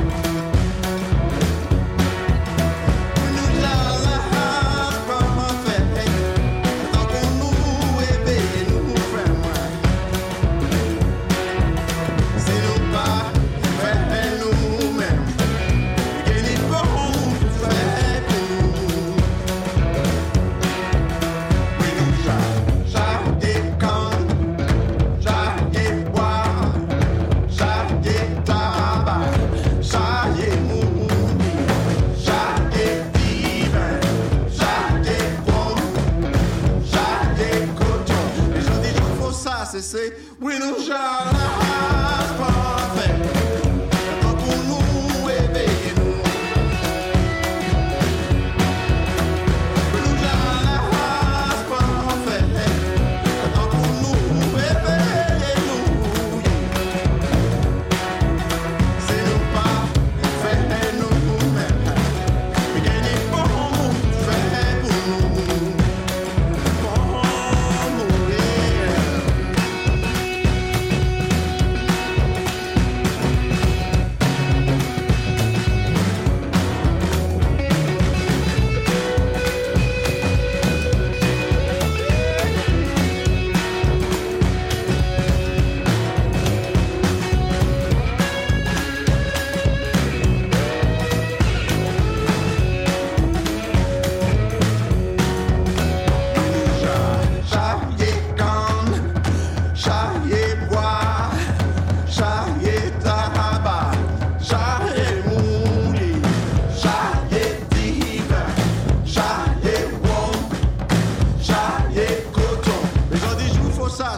Speaker 16: Oui, nous allons à prophète. Entendons-nous, éveillez-nous. Nous allons comme un fait. Entendons-nous, éveillez-nous, frère. Si nous pas faire nous-mêmes, que les bons frères nous. Oui, nous allons chanter quand, chanter boire. Chaque tabac, chaque mou, chaque divin, chaque pomme, chaque coton. Les gens disent qu'il faut ça cesser. Oui, nous j'arrache pas fait. Tant qu'on nous éveille, nous.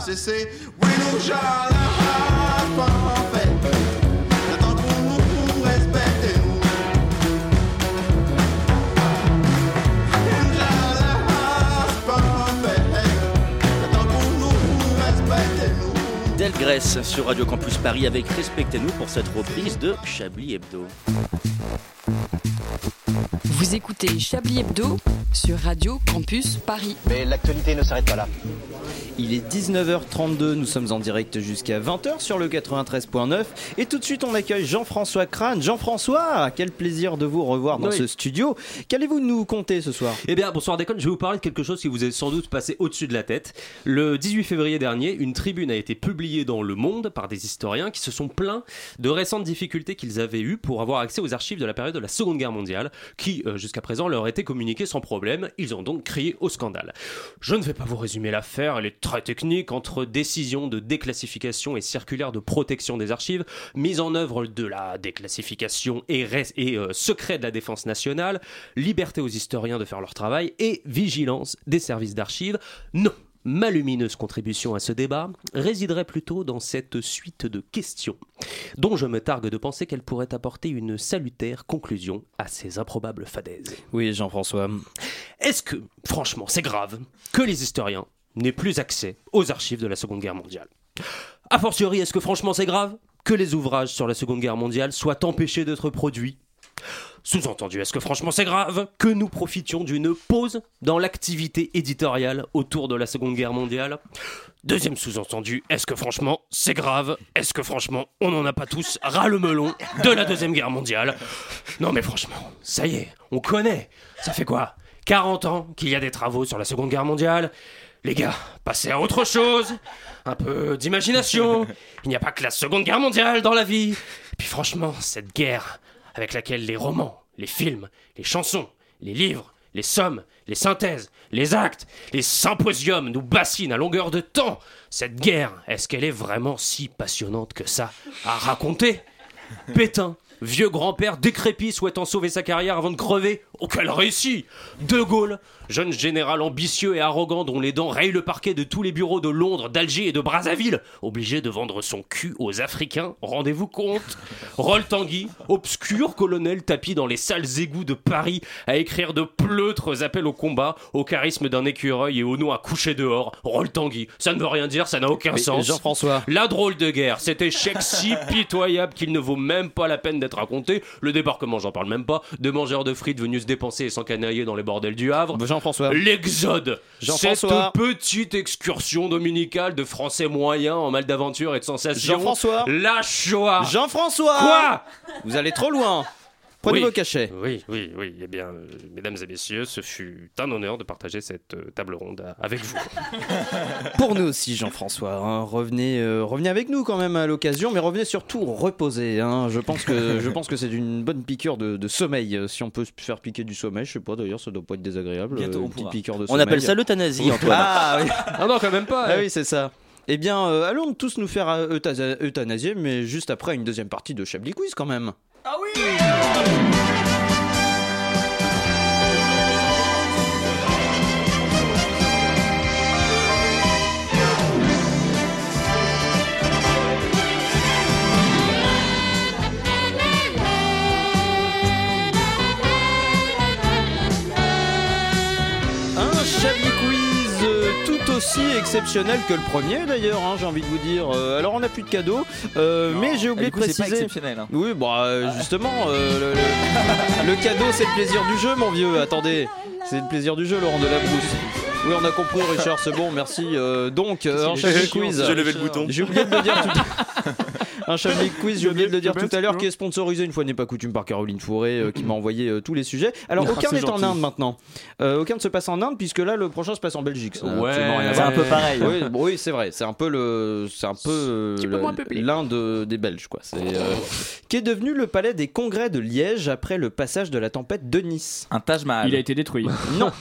Speaker 16: et c'est Oui, nous, j'en ai pas en fait. Le temps qu'on nous pour respecter nous. Oui, nous, j'en ai pas en fait. Le temps qu'on nous pour respecter nous.
Speaker 10: Del Grèce sur Radio Campus Paris avec Respectez-nous pour cette reprise de Chablis Hebdo.
Speaker 7: Vous écoutez Chablis Hebdo sur Radio Campus Paris.
Speaker 3: Mais l'actualité ne s'arrête pas là.
Speaker 1: Il est 19h32, nous sommes en direct jusqu'à 20h sur le 93.9 et tout de suite on accueille Jean-François Crane. Jean-François, quel plaisir de vous revoir dans
Speaker 15: Oui.
Speaker 1: ce studio. Qu'allez-vous nous compter ce soir
Speaker 15: Eh bien, bonsoir Déconne, je vais vous parler de quelque chose qui vous est sans doute passé au-dessus de la tête. Le 18 février dernier, une tribune a été publiée dans Le Monde par des historiens qui se sont plaints de récentes difficultés qu'ils avaient eues pour avoir accès aux archives de la période de la Seconde Guerre mondiale, qui euh, jusqu'à présent leur étaient communiquées sans problème. Ils ont donc crié au scandale. Je ne vais pas vous résumer l'affaire, elle est très technique, entre décision de déclassification et circulaire de protection des archives, mise en œuvre de la déclassification et, res- et, euh, secret de la défense nationale, liberté aux historiens de faire leur travail et vigilance des services d'archives. Non Ma lumineuse contribution à ce débat résiderait plutôt dans cette suite de questions, dont je me targue de penser qu'elle pourrait apporter une salutaire conclusion à ces improbables fadaises.
Speaker 1: Oui, Jean-François.
Speaker 15: Est-ce que, franchement, c'est grave que les historiens n'aient plus accès aux archives de la Seconde Guerre mondiale A fortiori, est-ce que franchement c'est grave que les ouvrages sur la Seconde Guerre mondiale soient empêchés d'être produits Sous-entendu, est-ce que franchement c'est grave que nous profitions d'une pause dans l'activité éditoriale autour de la Seconde Guerre mondiale Deuxième sous-entendu, est-ce que franchement c'est grave Est-ce que franchement on n'en a pas tous ras le melon de la Deuxième Guerre mondiale Non mais franchement, ça y est, on connaît. Ça fait quoi 40 ans qu'il y a des travaux sur la Seconde Guerre mondiale. Les gars, passez à autre chose. Un peu d'imagination. Il n'y a pas que la Seconde Guerre mondiale dans la vie. Et puis franchement, cette guerre avec laquelle les romans, les films, les chansons, les livres, les sommes, les synthèses, les actes, les symposiums nous bassinent à longueur de temps. Cette guerre, est-ce qu'elle est vraiment si passionnante que ça à raconter *laughs* Pétain, vieux grand-père décrépit souhaitant sauver sa carrière avant de crever. Oh, quel récit De Gaulle, jeune général ambitieux et arrogant dont les dents rayent le parquet de tous les bureaux de Londres, d'Alger et de Brazzaville, obligé de vendre son cul aux Africains, rendez-vous compte Roll Tanguy, obscur colonel tapis dans les sales égouts de Paris à écrire de pleutres appels au combat, au charisme d'un écureuil et au nom à coucher dehors. Roll Tanguy, ça ne veut rien dire, ça n'a aucun
Speaker 1: Mais,
Speaker 15: sens.
Speaker 1: Jean-François.
Speaker 15: La drôle de guerre, cet échec si pitoyable qu'il ne vaut même pas la peine d'être raconté. Le débarquement, j'en parle même pas. De mangeurs de frites venus se dépenser et s'encanailler dans les bordels du Havre.
Speaker 1: Jean-François.
Speaker 15: L'exode. Cette
Speaker 1: Jean-François.
Speaker 15: petite excursion dominicale de Français moyens en mal d'aventure et de sensation.
Speaker 1: Jean-François.
Speaker 15: La Shoah.
Speaker 1: Jean-François
Speaker 15: Quoi
Speaker 1: Vous allez trop loin Prenez
Speaker 15: Oui.
Speaker 1: vos cachets.
Speaker 15: Oui, oui, oui. Eh bien, euh, mesdames et messieurs, ce fut un honneur de partager cette euh, table ronde à- avec
Speaker 1: *laughs*
Speaker 15: vous.
Speaker 1: Pour nous aussi, Jean-François, hein, revenez, euh, revenez avec nous quand même à l'occasion, mais revenez surtout reposer. hein. Je pense que je pense que c'est une bonne piqûre de, de sommeil. euh, Si on peut se faire piquer du sommeil, je sais pas. D'ailleurs, ça doit pas être désagréable.
Speaker 10: Bientôt,
Speaker 1: euh,
Speaker 10: on
Speaker 1: une petite
Speaker 10: pourra.
Speaker 1: piqûre de
Speaker 10: On
Speaker 1: sommeil.
Speaker 10: appelle ça l'euthanasie, Antoine.
Speaker 1: Ah oui.
Speaker 15: Ah non, quand même pas.
Speaker 1: Ah
Speaker 15: hein.
Speaker 1: oui, c'est ça. Eh bien, euh, allons tous nous faire euh, euthasa- euthanasier, mais juste après une deuxième partie de Chablis Quiz quand même. Un Chablis Quiz euh, tout aussi exceptionnel que le premier d'ailleurs, hein, j'ai envie de vous dire. Euh, alors on n'a plus de cadeaux, euh, mais j'ai oublié
Speaker 12: Ah, du
Speaker 1: de
Speaker 12: coup, c'est pas
Speaker 1: préciser.
Speaker 12: exceptionnel, hein.
Speaker 1: Oui, bah euh, justement, euh, le, le- *laughs* le cadeau c'est le plaisir du jeu, mon vieux. Attendez, c'est le plaisir du jeu, Laurent de la Brousse. Oui, on a compris, Richard, c'est bon, merci. Euh, donc, euh, un
Speaker 12: qu'il est
Speaker 1: Chablis
Speaker 12: chiant,
Speaker 1: Quiz.
Speaker 12: ce J'ai levé le Richard. bouton.
Speaker 1: J'ai oublié de le dire tout un Chablis
Speaker 12: *laughs*
Speaker 1: Quiz, j'ai oublié de le dire tout à l'heure, qui est sponsorisé une fois n'est pas coutume par Caroline Fourré, euh, qui m'a envoyé euh, tous les sujets. Alors,
Speaker 12: Mm. Ah,
Speaker 1: aucun
Speaker 12: c'est
Speaker 1: n'est en
Speaker 12: gentil.
Speaker 1: Inde maintenant. Euh, aucun ne se passe en Inde, puisque là, le prochain se passe en Belgique. ça n'a
Speaker 12: Ouais.
Speaker 1: absolument rien à
Speaker 12: C'est
Speaker 1: voir.
Speaker 12: un peu pareil.
Speaker 1: Oui, bon, oui, c'est vrai. C'est un peu le, c'est un peu euh,
Speaker 12: peu moins
Speaker 1: le- l'Inde euh, des Belges, quoi. C'est euh, qui est devenu le palais des congrès de Liège après le passage de la tempête de Nice.
Speaker 12: Un Taj Mahal.
Speaker 9: Il a été détruit.
Speaker 1: Non.
Speaker 9: *laughs*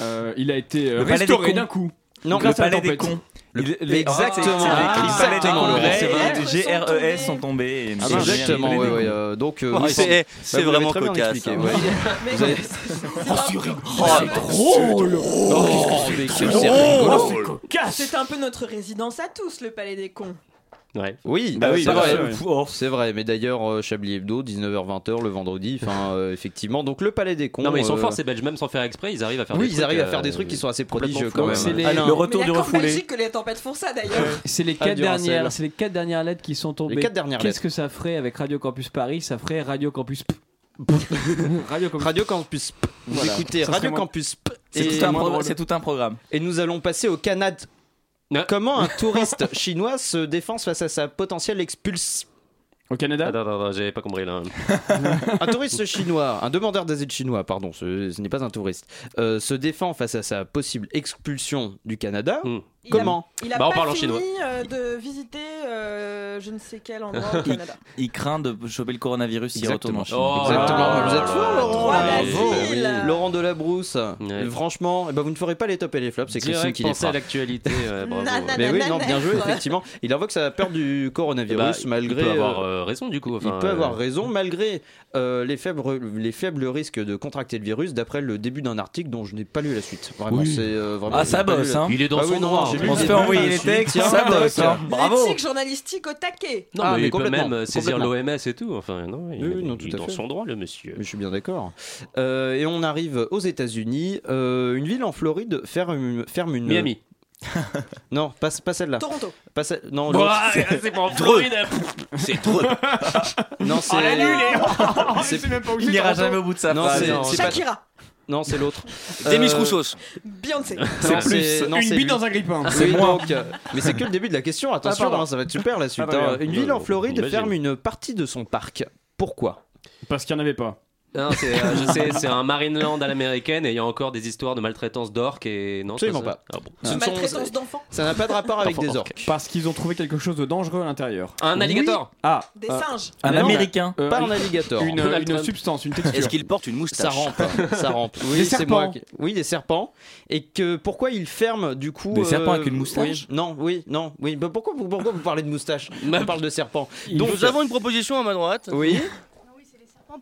Speaker 9: Euh, il a été euh,
Speaker 1: Le palais des
Speaker 9: restauré
Speaker 1: cons.
Speaker 9: d'un coup.
Speaker 1: Non,
Speaker 9: grâce
Speaker 1: le
Speaker 9: à la
Speaker 1: palais des
Speaker 9: tempête.
Speaker 1: cons.
Speaker 12: Le-
Speaker 2: Il- les-
Speaker 12: Exactement.
Speaker 2: Ah,
Speaker 12: Les
Speaker 2: c'est-
Speaker 12: cristallets des
Speaker 2: exactement.
Speaker 12: colorés,
Speaker 2: C'est vrai.
Speaker 1: E
Speaker 12: GRES sont tombés. et-
Speaker 1: Ah, exactement,
Speaker 12: les-
Speaker 1: ouais, ouais, euh, donc, euh,
Speaker 12: Ouais,
Speaker 1: oui,
Speaker 12: c'est-
Speaker 1: c'est-
Speaker 12: c'est
Speaker 1: bah, vous l'avez
Speaker 12: vraiment
Speaker 1: très bien
Speaker 12: cocasse.
Speaker 1: expliqué,
Speaker 12: hein.
Speaker 1: ouais.
Speaker 9: *laughs*
Speaker 1: Vous avez-
Speaker 13: Oh,
Speaker 12: c'est drôle.
Speaker 1: Oh, mais que c'est
Speaker 10: Oh,
Speaker 1: rigolo.
Speaker 13: C'est un peu notre résidence à tous, le Palais des Cons.
Speaker 1: Oui,
Speaker 9: Bah oui,
Speaker 1: c'est
Speaker 9: bah
Speaker 1: vrai.
Speaker 9: ouais, ouais.
Speaker 1: Pff, oh, c'est vrai. Mais d'ailleurs, euh, Chablis Hebdo, 19h-20h le vendredi. Enfin, euh, effectivement. Donc le Palais des cons.
Speaker 15: Non, mais ils sont
Speaker 1: euh,
Speaker 15: forts, ces Belges, même sans faire exprès, ils arrivent à faire
Speaker 1: Oui, ils
Speaker 15: des trucs,
Speaker 1: arrivent à
Speaker 15: euh,
Speaker 1: faire des trucs qui sont assez
Speaker 15: complètement
Speaker 1: prodigieux
Speaker 15: fous.
Speaker 1: quand même.
Speaker 11: C'est les-
Speaker 10: Ah,
Speaker 11: Le
Speaker 1: Alain.
Speaker 13: Mais d'accord, Belgique que les tempêtes font ça d'ailleurs.
Speaker 11: C'est les,
Speaker 1: Ah,
Speaker 11: quatre
Speaker 1: Duracell.
Speaker 11: dernières, c'est les quatre dernières lettres qui sont tombées.
Speaker 1: Les quatre dernières
Speaker 11: Qu'est-ce
Speaker 1: lettres.
Speaker 11: que ça ferait avec Radio Campus Paris Ça ferait Radio Campus.
Speaker 1: Radio Campus. Radio Campus. P. Vous
Speaker 11: Voilà.
Speaker 1: écoutez
Speaker 11: Ça
Speaker 1: Radio
Speaker 11: serait moins-
Speaker 1: Campus. P.
Speaker 11: C'est
Speaker 1: Et-
Speaker 11: tout un
Speaker 1: moins
Speaker 11: progr-
Speaker 1: drôle.
Speaker 11: c'est
Speaker 12: tout un programme.
Speaker 1: Et nous allons passer au Canada.
Speaker 11: *laughs*
Speaker 1: Comment un touriste chinois se défend face à sa potentielle expulsion
Speaker 11: Au Canada
Speaker 15: Attends, attends, attends, j'avais pas compris là.
Speaker 1: *laughs* un touriste chinois, un demandeur d'asile chinois, pardon, ce, ce n'est pas un touriste, euh, se défend face à sa possible expulsion du Canada.
Speaker 15: Hmm.
Speaker 13: Il a-
Speaker 1: Comment
Speaker 13: Il a
Speaker 15: Bah,
Speaker 13: pas fini, euh, de visiter euh, je ne sais quel endroit
Speaker 1: *laughs*
Speaker 13: au
Speaker 12: *laughs* il,
Speaker 13: Canada.
Speaker 12: il craint de choper le coronavirus s'il retourne en Chine.
Speaker 1: Exactement. vous êtes fou, Laurent.
Speaker 12: Trois
Speaker 1: là.
Speaker 12: basiles.
Speaker 1: Bravo. Laurent Delabrousse. Franchement, eh ben, vous ne ferez pas les tops et les flops. C'est
Speaker 15: Direct
Speaker 1: Christine qui les
Speaker 15: pensée à
Speaker 1: fera.
Speaker 15: l'actualité.
Speaker 1: *laughs*
Speaker 15: ouais, bravo.
Speaker 1: Mais oui, non, bien joué, effectivement. Il invoque sa peur du coronavirus
Speaker 15: Bah,
Speaker 1: malgré.
Speaker 15: Il peut avoir
Speaker 1: euh,
Speaker 15: euh, raison du coup. Enfin,
Speaker 1: il peut
Speaker 15: euh,
Speaker 1: avoir raison malgré euh, les, faibles, les faibles risques de contracter le virus d'après le début d'un article dont je n'ai pas lu la suite. Vraiment,
Speaker 12: Oui.
Speaker 1: c'est euh, vraiment.
Speaker 12: Ah,
Speaker 1: je
Speaker 12: ça
Speaker 1: n'ai pas lu
Speaker 12: bosse,
Speaker 1: la-
Speaker 12: hein. Il est dans
Speaker 1: Ah oui,
Speaker 12: son
Speaker 1: non,
Speaker 12: noir.
Speaker 1: j'ai lu
Speaker 12: On
Speaker 1: le
Speaker 12: se fait
Speaker 1: début,
Speaker 12: envoyer
Speaker 1: je
Speaker 12: les
Speaker 1: suis-
Speaker 12: textes,
Speaker 1: tiens,
Speaker 12: ça
Speaker 1: tac.
Speaker 12: bosse, hein.
Speaker 13: L'éthique journalistique au taquet.
Speaker 15: Non,
Speaker 1: Ah,
Speaker 15: mais,
Speaker 1: mais
Speaker 15: il peut
Speaker 1: complètement,
Speaker 15: même euh, saisir
Speaker 1: complètement.
Speaker 15: l'OMS et tout. Enfin, non, il,
Speaker 1: Oui, oui, non,
Speaker 15: il
Speaker 1: tout
Speaker 15: est
Speaker 1: à
Speaker 15: dans
Speaker 1: fait.
Speaker 15: son droit, le monsieur.
Speaker 1: Mais je suis bien d'accord. Euh, et on arrive aux États-Unis. Euh, une ville en Floride ferme, ferme une.
Speaker 15: Miami.
Speaker 1: *laughs* non, pas, pas celle-là.
Speaker 13: Toronto.
Speaker 1: Pas celle- Non,
Speaker 15: Bon,
Speaker 1: l'autre.
Speaker 15: ah,
Speaker 1: *laughs*
Speaker 15: c'est pas en Floride.
Speaker 10: C'est
Speaker 15: *laughs*
Speaker 10: trop.
Speaker 1: Non, c'est.
Speaker 15: Oh, la nulle
Speaker 1: *laughs*
Speaker 15: eh.
Speaker 1: est...
Speaker 12: Il n'ira jamais au bout de sa
Speaker 1: Non,
Speaker 12: phrase.
Speaker 1: c'est-
Speaker 12: Non.
Speaker 1: c'est pas-
Speaker 13: Shakira,
Speaker 1: Non, c'est l'autre.
Speaker 12: Demis
Speaker 1: Euh,
Speaker 12: Roussos.
Speaker 1: *laughs*
Speaker 13: Beyoncé.
Speaker 1: Non,
Speaker 12: C'est plus
Speaker 1: non,
Speaker 12: une
Speaker 1: c'est
Speaker 12: bite
Speaker 1: lui.
Speaker 12: dans un grippin.
Speaker 1: Oui,
Speaker 12: C'est moi.
Speaker 1: donc, euh, mais c'est que le début de la question. Attention,
Speaker 12: pardon.
Speaker 1: hein, ça va être super la suite.
Speaker 12: Ah, bah,
Speaker 1: hein.
Speaker 12: oui,
Speaker 1: Une
Speaker 12: oui,
Speaker 1: ville en
Speaker 12: oui,
Speaker 1: Floride
Speaker 12: j'imagine.
Speaker 1: ferme une partie de son parc. Pourquoi
Speaker 11: Parce qu'il n'y en avait pas.
Speaker 15: Non, c'est, euh, je sais, c'est un Marineland à l'américaine et il y a encore des histoires de maltraitance d'orques et non. c'est
Speaker 1: Absolument pas.
Speaker 15: ça Ah bon.
Speaker 1: Ce ne sont-
Speaker 13: maltraitance d'enfants.
Speaker 1: *laughs* Ça n'a pas de rapport avec des
Speaker 11: D'enfants.
Speaker 1: orques.
Speaker 11: Parce qu'ils ont trouvé quelque chose de dangereux à l'intérieur.
Speaker 15: Un alligator.
Speaker 11: Oui. Ah.
Speaker 13: Des
Speaker 11: euh,
Speaker 13: singes.
Speaker 12: Un
Speaker 11: non,
Speaker 12: Américain.
Speaker 11: euh,
Speaker 1: Pas un alligator.
Speaker 11: Une,
Speaker 1: Donald
Speaker 11: une
Speaker 1: Trump.
Speaker 11: substance, une texture.
Speaker 10: Est-ce qu'il porte une
Speaker 1: Ça *laughs*
Speaker 10: moustache
Speaker 1: rampe, hein. ça rampe. Oui,
Speaker 11: Des
Speaker 1: c'est
Speaker 11: serpents.
Speaker 1: moi. qui- Oui, des serpents. Et que pourquoi ils ferment du coup euh,
Speaker 12: Des serpents avec une moustache
Speaker 1: oui, Non, oui, non, oui. Bah, pourquoi, pourquoi vous parlez de moustache On parle de serpents.
Speaker 10: Donc
Speaker 1: Donc
Speaker 10: nous avons une proposition à ma droite.
Speaker 1: oui.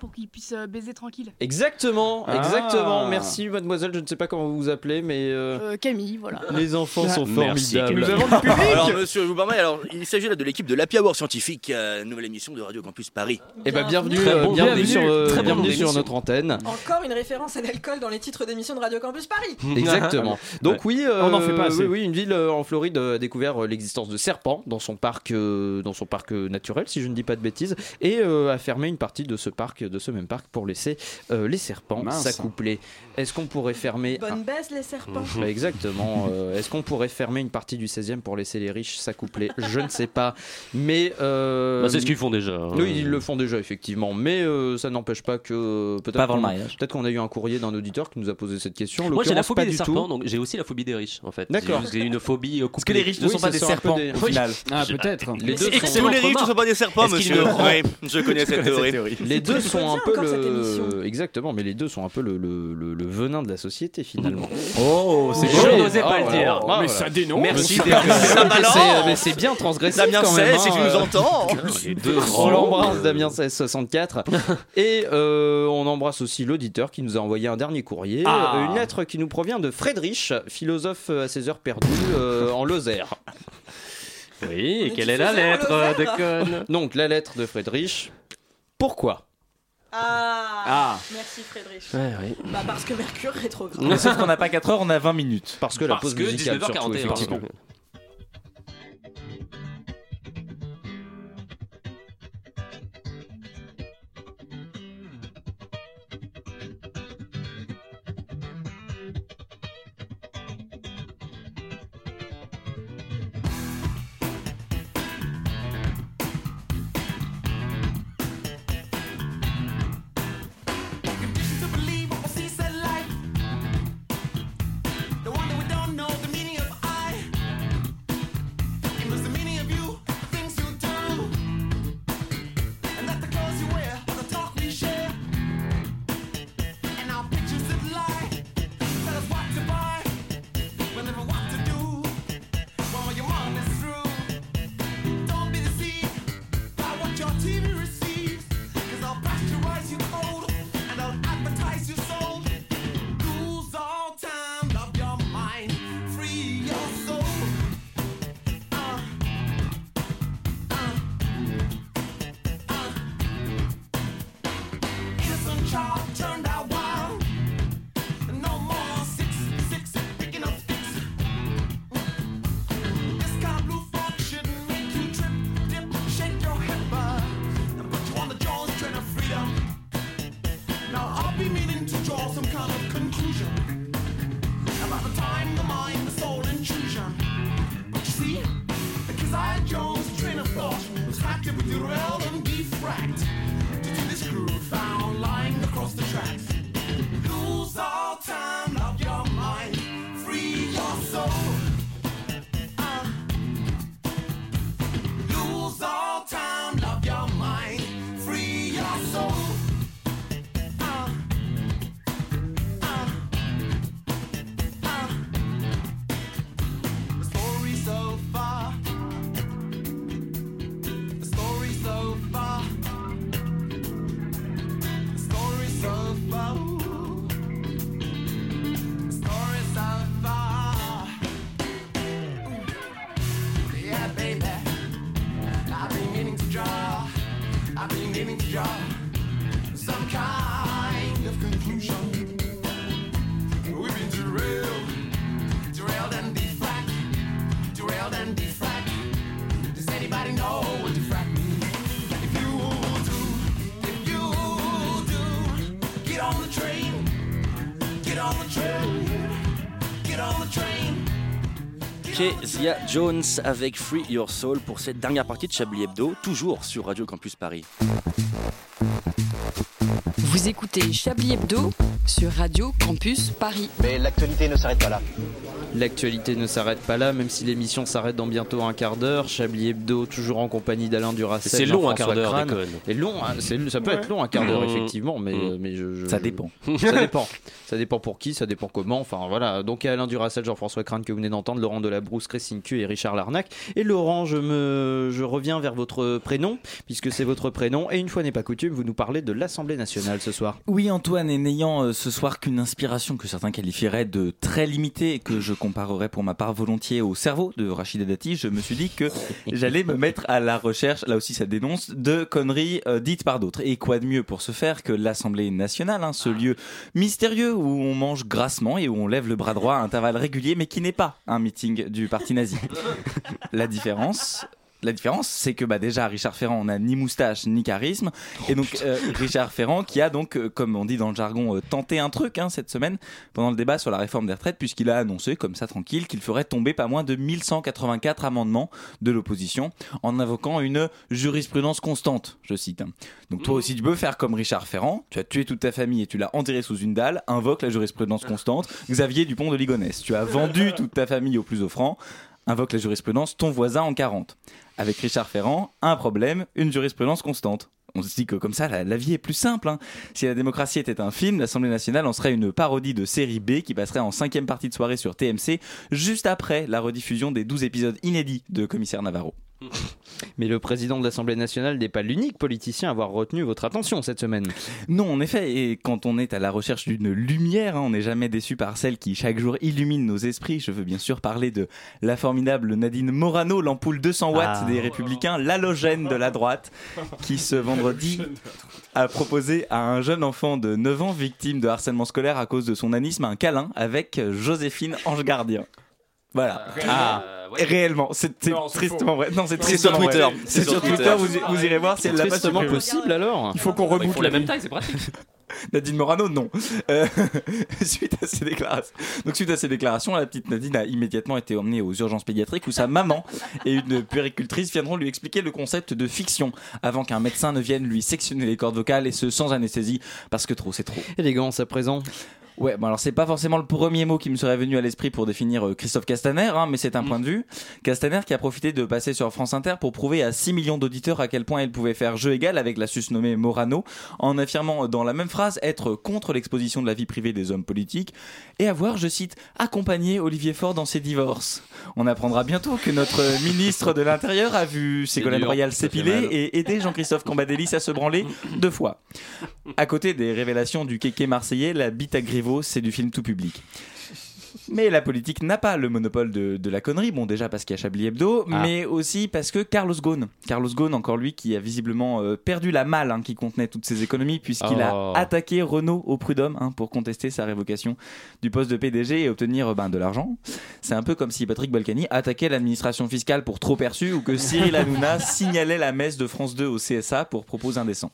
Speaker 21: pour qu'ils puissent euh, baiser tranquille.
Speaker 1: Exactement,
Speaker 12: Ah.
Speaker 1: exactement. Merci mademoiselle, je ne sais pas comment vous vous appelez, mais euh,
Speaker 21: Euh, Camille, voilà.
Speaker 1: les enfants sont
Speaker 15: Merci,
Speaker 1: formidables. eh ben,
Speaker 15: Kevin.
Speaker 1: *laughs*
Speaker 15: Nous avons
Speaker 10: Alors monsieur, je vous permets, alors il s'agit là de l'équipe de l'Happy Hour scientifique, euh, nouvelle émission de Radio Campus Paris.
Speaker 1: Eh ben bienvenue,
Speaker 10: Très
Speaker 1: euh,
Speaker 10: bon,
Speaker 1: bienvenue,
Speaker 10: bienvenue.
Speaker 1: sur, euh,
Speaker 10: Très bon
Speaker 1: bienvenue
Speaker 10: nom
Speaker 1: sur
Speaker 10: d'émission.
Speaker 1: notre antenne.
Speaker 13: Encore une référence à l'alcool dans les titres d'émissions de Radio Campus Paris.
Speaker 1: Mhm. Exactement. Donc oui, euh,
Speaker 9: On en fait pas assez.
Speaker 1: oui, oui, une ville euh, en Floride euh, a découvert euh, l'existence de serpents dans son parc, euh, dans son parc euh, naturel, si je ne dis pas de bêtises, et euh, a fermé une partie de ce parc, de ce même parc, pour laisser euh, les serpents
Speaker 11: Mince.
Speaker 1: s'accoupler. Est-ce qu'on pourrait fermer
Speaker 13: Bonne baisse les serpents.
Speaker 15: Mhm.
Speaker 1: Bah, exactement. euh, Est-ce qu'on pourrait fermer une partie du 16e pour laisser les riches s'accoupler Je ne sais pas. Mais. euh,
Speaker 15: Bah, c'est ce qu'ils font déjà.
Speaker 1: Oui, ils le font déjà, effectivement. Mais euh, ça n'empêche pas que. euh, Peut-être
Speaker 12: Pas avant le
Speaker 1: qu'on-
Speaker 12: mariage.
Speaker 1: Peut-être qu'on a eu un courrier d'un auditeur qui nous a posé cette question. En
Speaker 15: Moi j'ai la
Speaker 1: l'occurrence, pas
Speaker 15: phobie des
Speaker 1: du
Speaker 15: serpents,
Speaker 1: tout.
Speaker 15: donc j'ai aussi la phobie des riches en fait.
Speaker 1: D'accord.
Speaker 15: J'ai une phobie. euh, Est-ce
Speaker 1: que les riches ne Oui, sont pas ce des sont un peu serpents, des- au Oui. final
Speaker 11: Ah,
Speaker 1: J'ai-
Speaker 11: peut-être.
Speaker 1: Les deux
Speaker 10: Et
Speaker 1: sont-
Speaker 10: tous les riches ne sont pas des serpents,
Speaker 1: Est-ce qu'ils
Speaker 10: monsieur.
Speaker 1: ne rampent
Speaker 10: Oui, je connais cette théorie.
Speaker 1: Les deux sont un peu
Speaker 13: encore cette émission.
Speaker 1: le exactement, mais les deux sont un peu le, le- le- le venin de la société finalement.
Speaker 12: Oh,
Speaker 15: c'est Je chaud. n'osais pas le dire.
Speaker 1: Ah,
Speaker 15: Mais ça
Speaker 1: dénonce.
Speaker 15: Merci,
Speaker 1: Mais c'est-
Speaker 15: Damien.
Speaker 1: euh,
Speaker 15: Ça
Speaker 10: balance.
Speaker 1: mais c'est bien transgressif
Speaker 10: Damien
Speaker 1: quand même. hein.
Speaker 10: Sey, si tu
Speaker 1: *laughs*
Speaker 10: nous entends.
Speaker 15: Les deux
Speaker 1: On
Speaker 15: grands.
Speaker 1: l'embrasse Damien
Speaker 10: *laughs*
Speaker 1: 1664 et euh, on embrasse aussi l'auditeur qui nous a envoyé un dernier courrier,
Speaker 15: Ah.
Speaker 1: Euh, une lettre qui nous provient de Friedrich, philosophe à ses heures perdues euh, en Lozère.
Speaker 15: Oui, et
Speaker 1: Mais
Speaker 15: quelle
Speaker 1: tu
Speaker 15: est la
Speaker 1: faisais un
Speaker 15: lettre euh, de
Speaker 1: Lozère
Speaker 15: conne
Speaker 1: *laughs* Donc la lettre de Friedrich. Pourquoi
Speaker 13: Ah,
Speaker 1: Ah.
Speaker 13: Merci Frédéric.
Speaker 1: Ouais, oui.
Speaker 13: Bah parce que Mercure rétrograde.
Speaker 12: Mais sauf qu'on n'a pas 4 heures, on a 20 minutes.
Speaker 1: Parce que
Speaker 12: la
Speaker 1: la pause musicale surtout, effectivement.
Speaker 16: to believe what we see said life. The one that we don't know the meaning of I. some kind of contusion. About the time, the mind, the soul intrusion. But you see, because I Jones' train of thought was hacked with derailed and defracked. Due to this groove found lying across the tracks. Lose all time, love your mind, free your soul. Uh, lose all time, love your mind, free your soul. Uh, uh, uh. The story so far. The story so far. The story so far. The story so far. Ooh. Yeah, baby. I've been meaning to draw. I've been meaning to draw some kind of conclusion. We've been derailed, derailed and defract, derailed and defract. Does anybody know what defract means? If you do, if you do, get on the train, get on the train, get on the train.
Speaker 10: Chez Zia Jones avec Free Your Soul pour cette dernière partie de Chablis Hebdo, toujours sur Radio Campus Paris.
Speaker 7: Vous écoutez Chablis Hebdo sur Radio Campus Paris.
Speaker 3: Mais l'actualité ne s'arrête pas là.
Speaker 1: L'actualité ne s'arrête pas là, même si l'émission s'arrête dans bientôt un quart d'heure. Chablis Hebdo, toujours en compagnie d'Alain Duracell.
Speaker 14: C'est long, un
Speaker 1: Jean-François
Speaker 14: quart d'heure,
Speaker 1: Crane.
Speaker 14: déconne.
Speaker 1: Et long, hein, c'est- ça peut
Speaker 14: Ouais.
Speaker 1: être long un quart d'heure
Speaker 14: Mmh.
Speaker 1: effectivement, mais, euh,
Speaker 14: Mmh.
Speaker 1: mais je, je-
Speaker 14: Ça
Speaker 1: je-
Speaker 14: dépend.
Speaker 1: *laughs* ça dépend. Ça dépend pour qui, ça dépend comment. Enfin voilà. Donc il y a Alain Duracell, Jean-François Crane que vous venez d'entendre, Laurent Delabrousse, Christine Q et Richard Larnac. Et Laurent, je me, je reviens vers votre prénom puisque c'est votre prénom. Et une fois n'est pas coutume, vous nous parlez de l'Assemblée nationale ce soir.
Speaker 12: Oui, Antoine, et n'ayant euh, ce soir qu'une inspiration que certains qualifieraient de très limitée et que je comparerais pour ma part volontiers au cerveau de Rachida Dati, je me suis dit que j'allais me mettre à la recherche, là aussi ça dénonce, de conneries euh, dites par d'autres. Et quoi de mieux pour ce faire que l'Assemblée nationale, hein, ce lieu mystérieux où on mange grassement et où on lève le bras droit à intervalles réguliers, mais qui n'est pas un meeting du parti nazi. *laughs* La différence la différence, c'est que bah déjà Richard Ferrand, on n'a ni moustache ni charisme, et donc euh, Richard Ferrand qui a donc, euh, comme on dit dans le jargon, euh, tenté un truc hein, cette semaine pendant le débat sur la réforme des retraites, puisqu'il a annoncé comme ça tranquille qu'il ferait tomber pas moins de 1184 amendements de l'opposition en invoquant une jurisprudence constante, je cite. Donc toi aussi tu peux faire comme Richard Ferrand, tu as tué toute ta famille et tu l'as enterré sous une dalle, invoque la jurisprudence constante. Xavier Dupont de Ligonnès, tu as vendu toute ta famille au plus offrant invoque la jurisprudence ton voisin en 40. Avec Richard Ferrand, un problème, une jurisprudence constante. On se dit que comme ça, la, la vie est plus simple. hein. Si la démocratie était un film, l'Assemblée nationale en serait une parodie de série B qui passerait en cinquième partie de soirée sur TMC, juste après la rediffusion des 12 épisodes inédits de Commissaire *laughs* Navarro.
Speaker 1: Mais le président de l'Assemblée nationale n'est pas l'unique politicien à avoir retenu votre attention cette semaine.
Speaker 12: Non, en effet, et quand on est à la recherche d'une lumière, hein, on n'est jamais déçu par celle qui chaque jour illumine nos esprits. Je veux bien sûr parler de la formidable Nadine Morano, l'ampoule 200 watts
Speaker 11: Ah.
Speaker 12: des Républicains, l'halogène de la droite, qui
Speaker 1: *laughs*
Speaker 12: ce vendredi a proposé à un jeune enfant de 9 ans victime de harcèlement scolaire à cause de son anisme un câlin avec Joséphine Ange Gardien. Voilà.
Speaker 11: Réellement.
Speaker 12: Ah. Réellement, c'est c'est
Speaker 11: Non, c'est
Speaker 12: tristement
Speaker 11: faux.
Speaker 12: vrai. Non, c'est
Speaker 11: C'est
Speaker 12: tristement
Speaker 11: sur Twitter.
Speaker 12: vrai. C'est sur Twitter. Vous, y- vous irez voir si
Speaker 1: C'est
Speaker 12: elle l'a pas
Speaker 1: tristement
Speaker 12: supprimé.
Speaker 1: possible alors.
Speaker 12: Il faut qu'on
Speaker 1: Bah, ils
Speaker 12: reboucle.
Speaker 1: font la même
Speaker 12: vie.
Speaker 1: taille, c'est pratique.
Speaker 12: *laughs* Nadine Morano, non. Euh, *laughs* suite à ces déclarations. Donc suite à ces déclarations, la petite Nadine a immédiatement été emmenée aux urgences pédiatriques où sa maman et une puéricultrice viendront lui expliquer le concept de fiction avant qu'un médecin ne vienne lui sectionner les cordes vocales et ce sans anesthésie parce que trop c'est trop.
Speaker 1: Élégance à présent.
Speaker 12: Ouais, bon alors c'est pas forcément le premier mot qui me serait venu à l'esprit pour définir euh, Christophe Castaner, hein, mais
Speaker 11: Mm.
Speaker 12: c'est un point de vue. Castaner qui a profité de passer sur France Inter pour prouver à 6 millions d'auditeurs à quel point il pouvait faire jeu égal avec la susnommée Morano, en affirmant euh, dans la même phrase être contre l'exposition de la vie privée des hommes politiques et avoir, je cite, accompagné Olivier Faure dans ses divorces. On apprendra bientôt que
Speaker 11: *laughs*
Speaker 12: notre euh, ministre de l'Intérieur a vu Ségolène
Speaker 11: dur,
Speaker 12: Royal
Speaker 11: ça fait
Speaker 12: s'épiler
Speaker 11: mal.
Speaker 12: et aider Jean-Christophe Cambadélis à se
Speaker 11: *clears throat*
Speaker 12: branler deux fois. À côté des révélations du kéké marseillais, la bite à Griveaux, c'est du film tout public. Mais la politique n'a pas le monopole de, de la connerie. Bon, déjà parce qu'il y a Chablis Hebdo,
Speaker 15: Ah.
Speaker 12: mais aussi parce que Carlos Ghosn. Carlos Ghosn, encore lui, qui a visiblement euh, perdu la malle hein, qui contenait toutes ses économies, puisqu'il
Speaker 15: Oh.
Speaker 12: a attaqué Renault au prud'homme hein, pour contester sa révocation du poste de PDG et obtenir euh, ben, de l'argent. C'est un peu comme si Patrick Balkany attaquait l'administration fiscale pour trop perçu ou que Cyril Hanouna signalait la messe de France 2 au CSA pour propos indécents.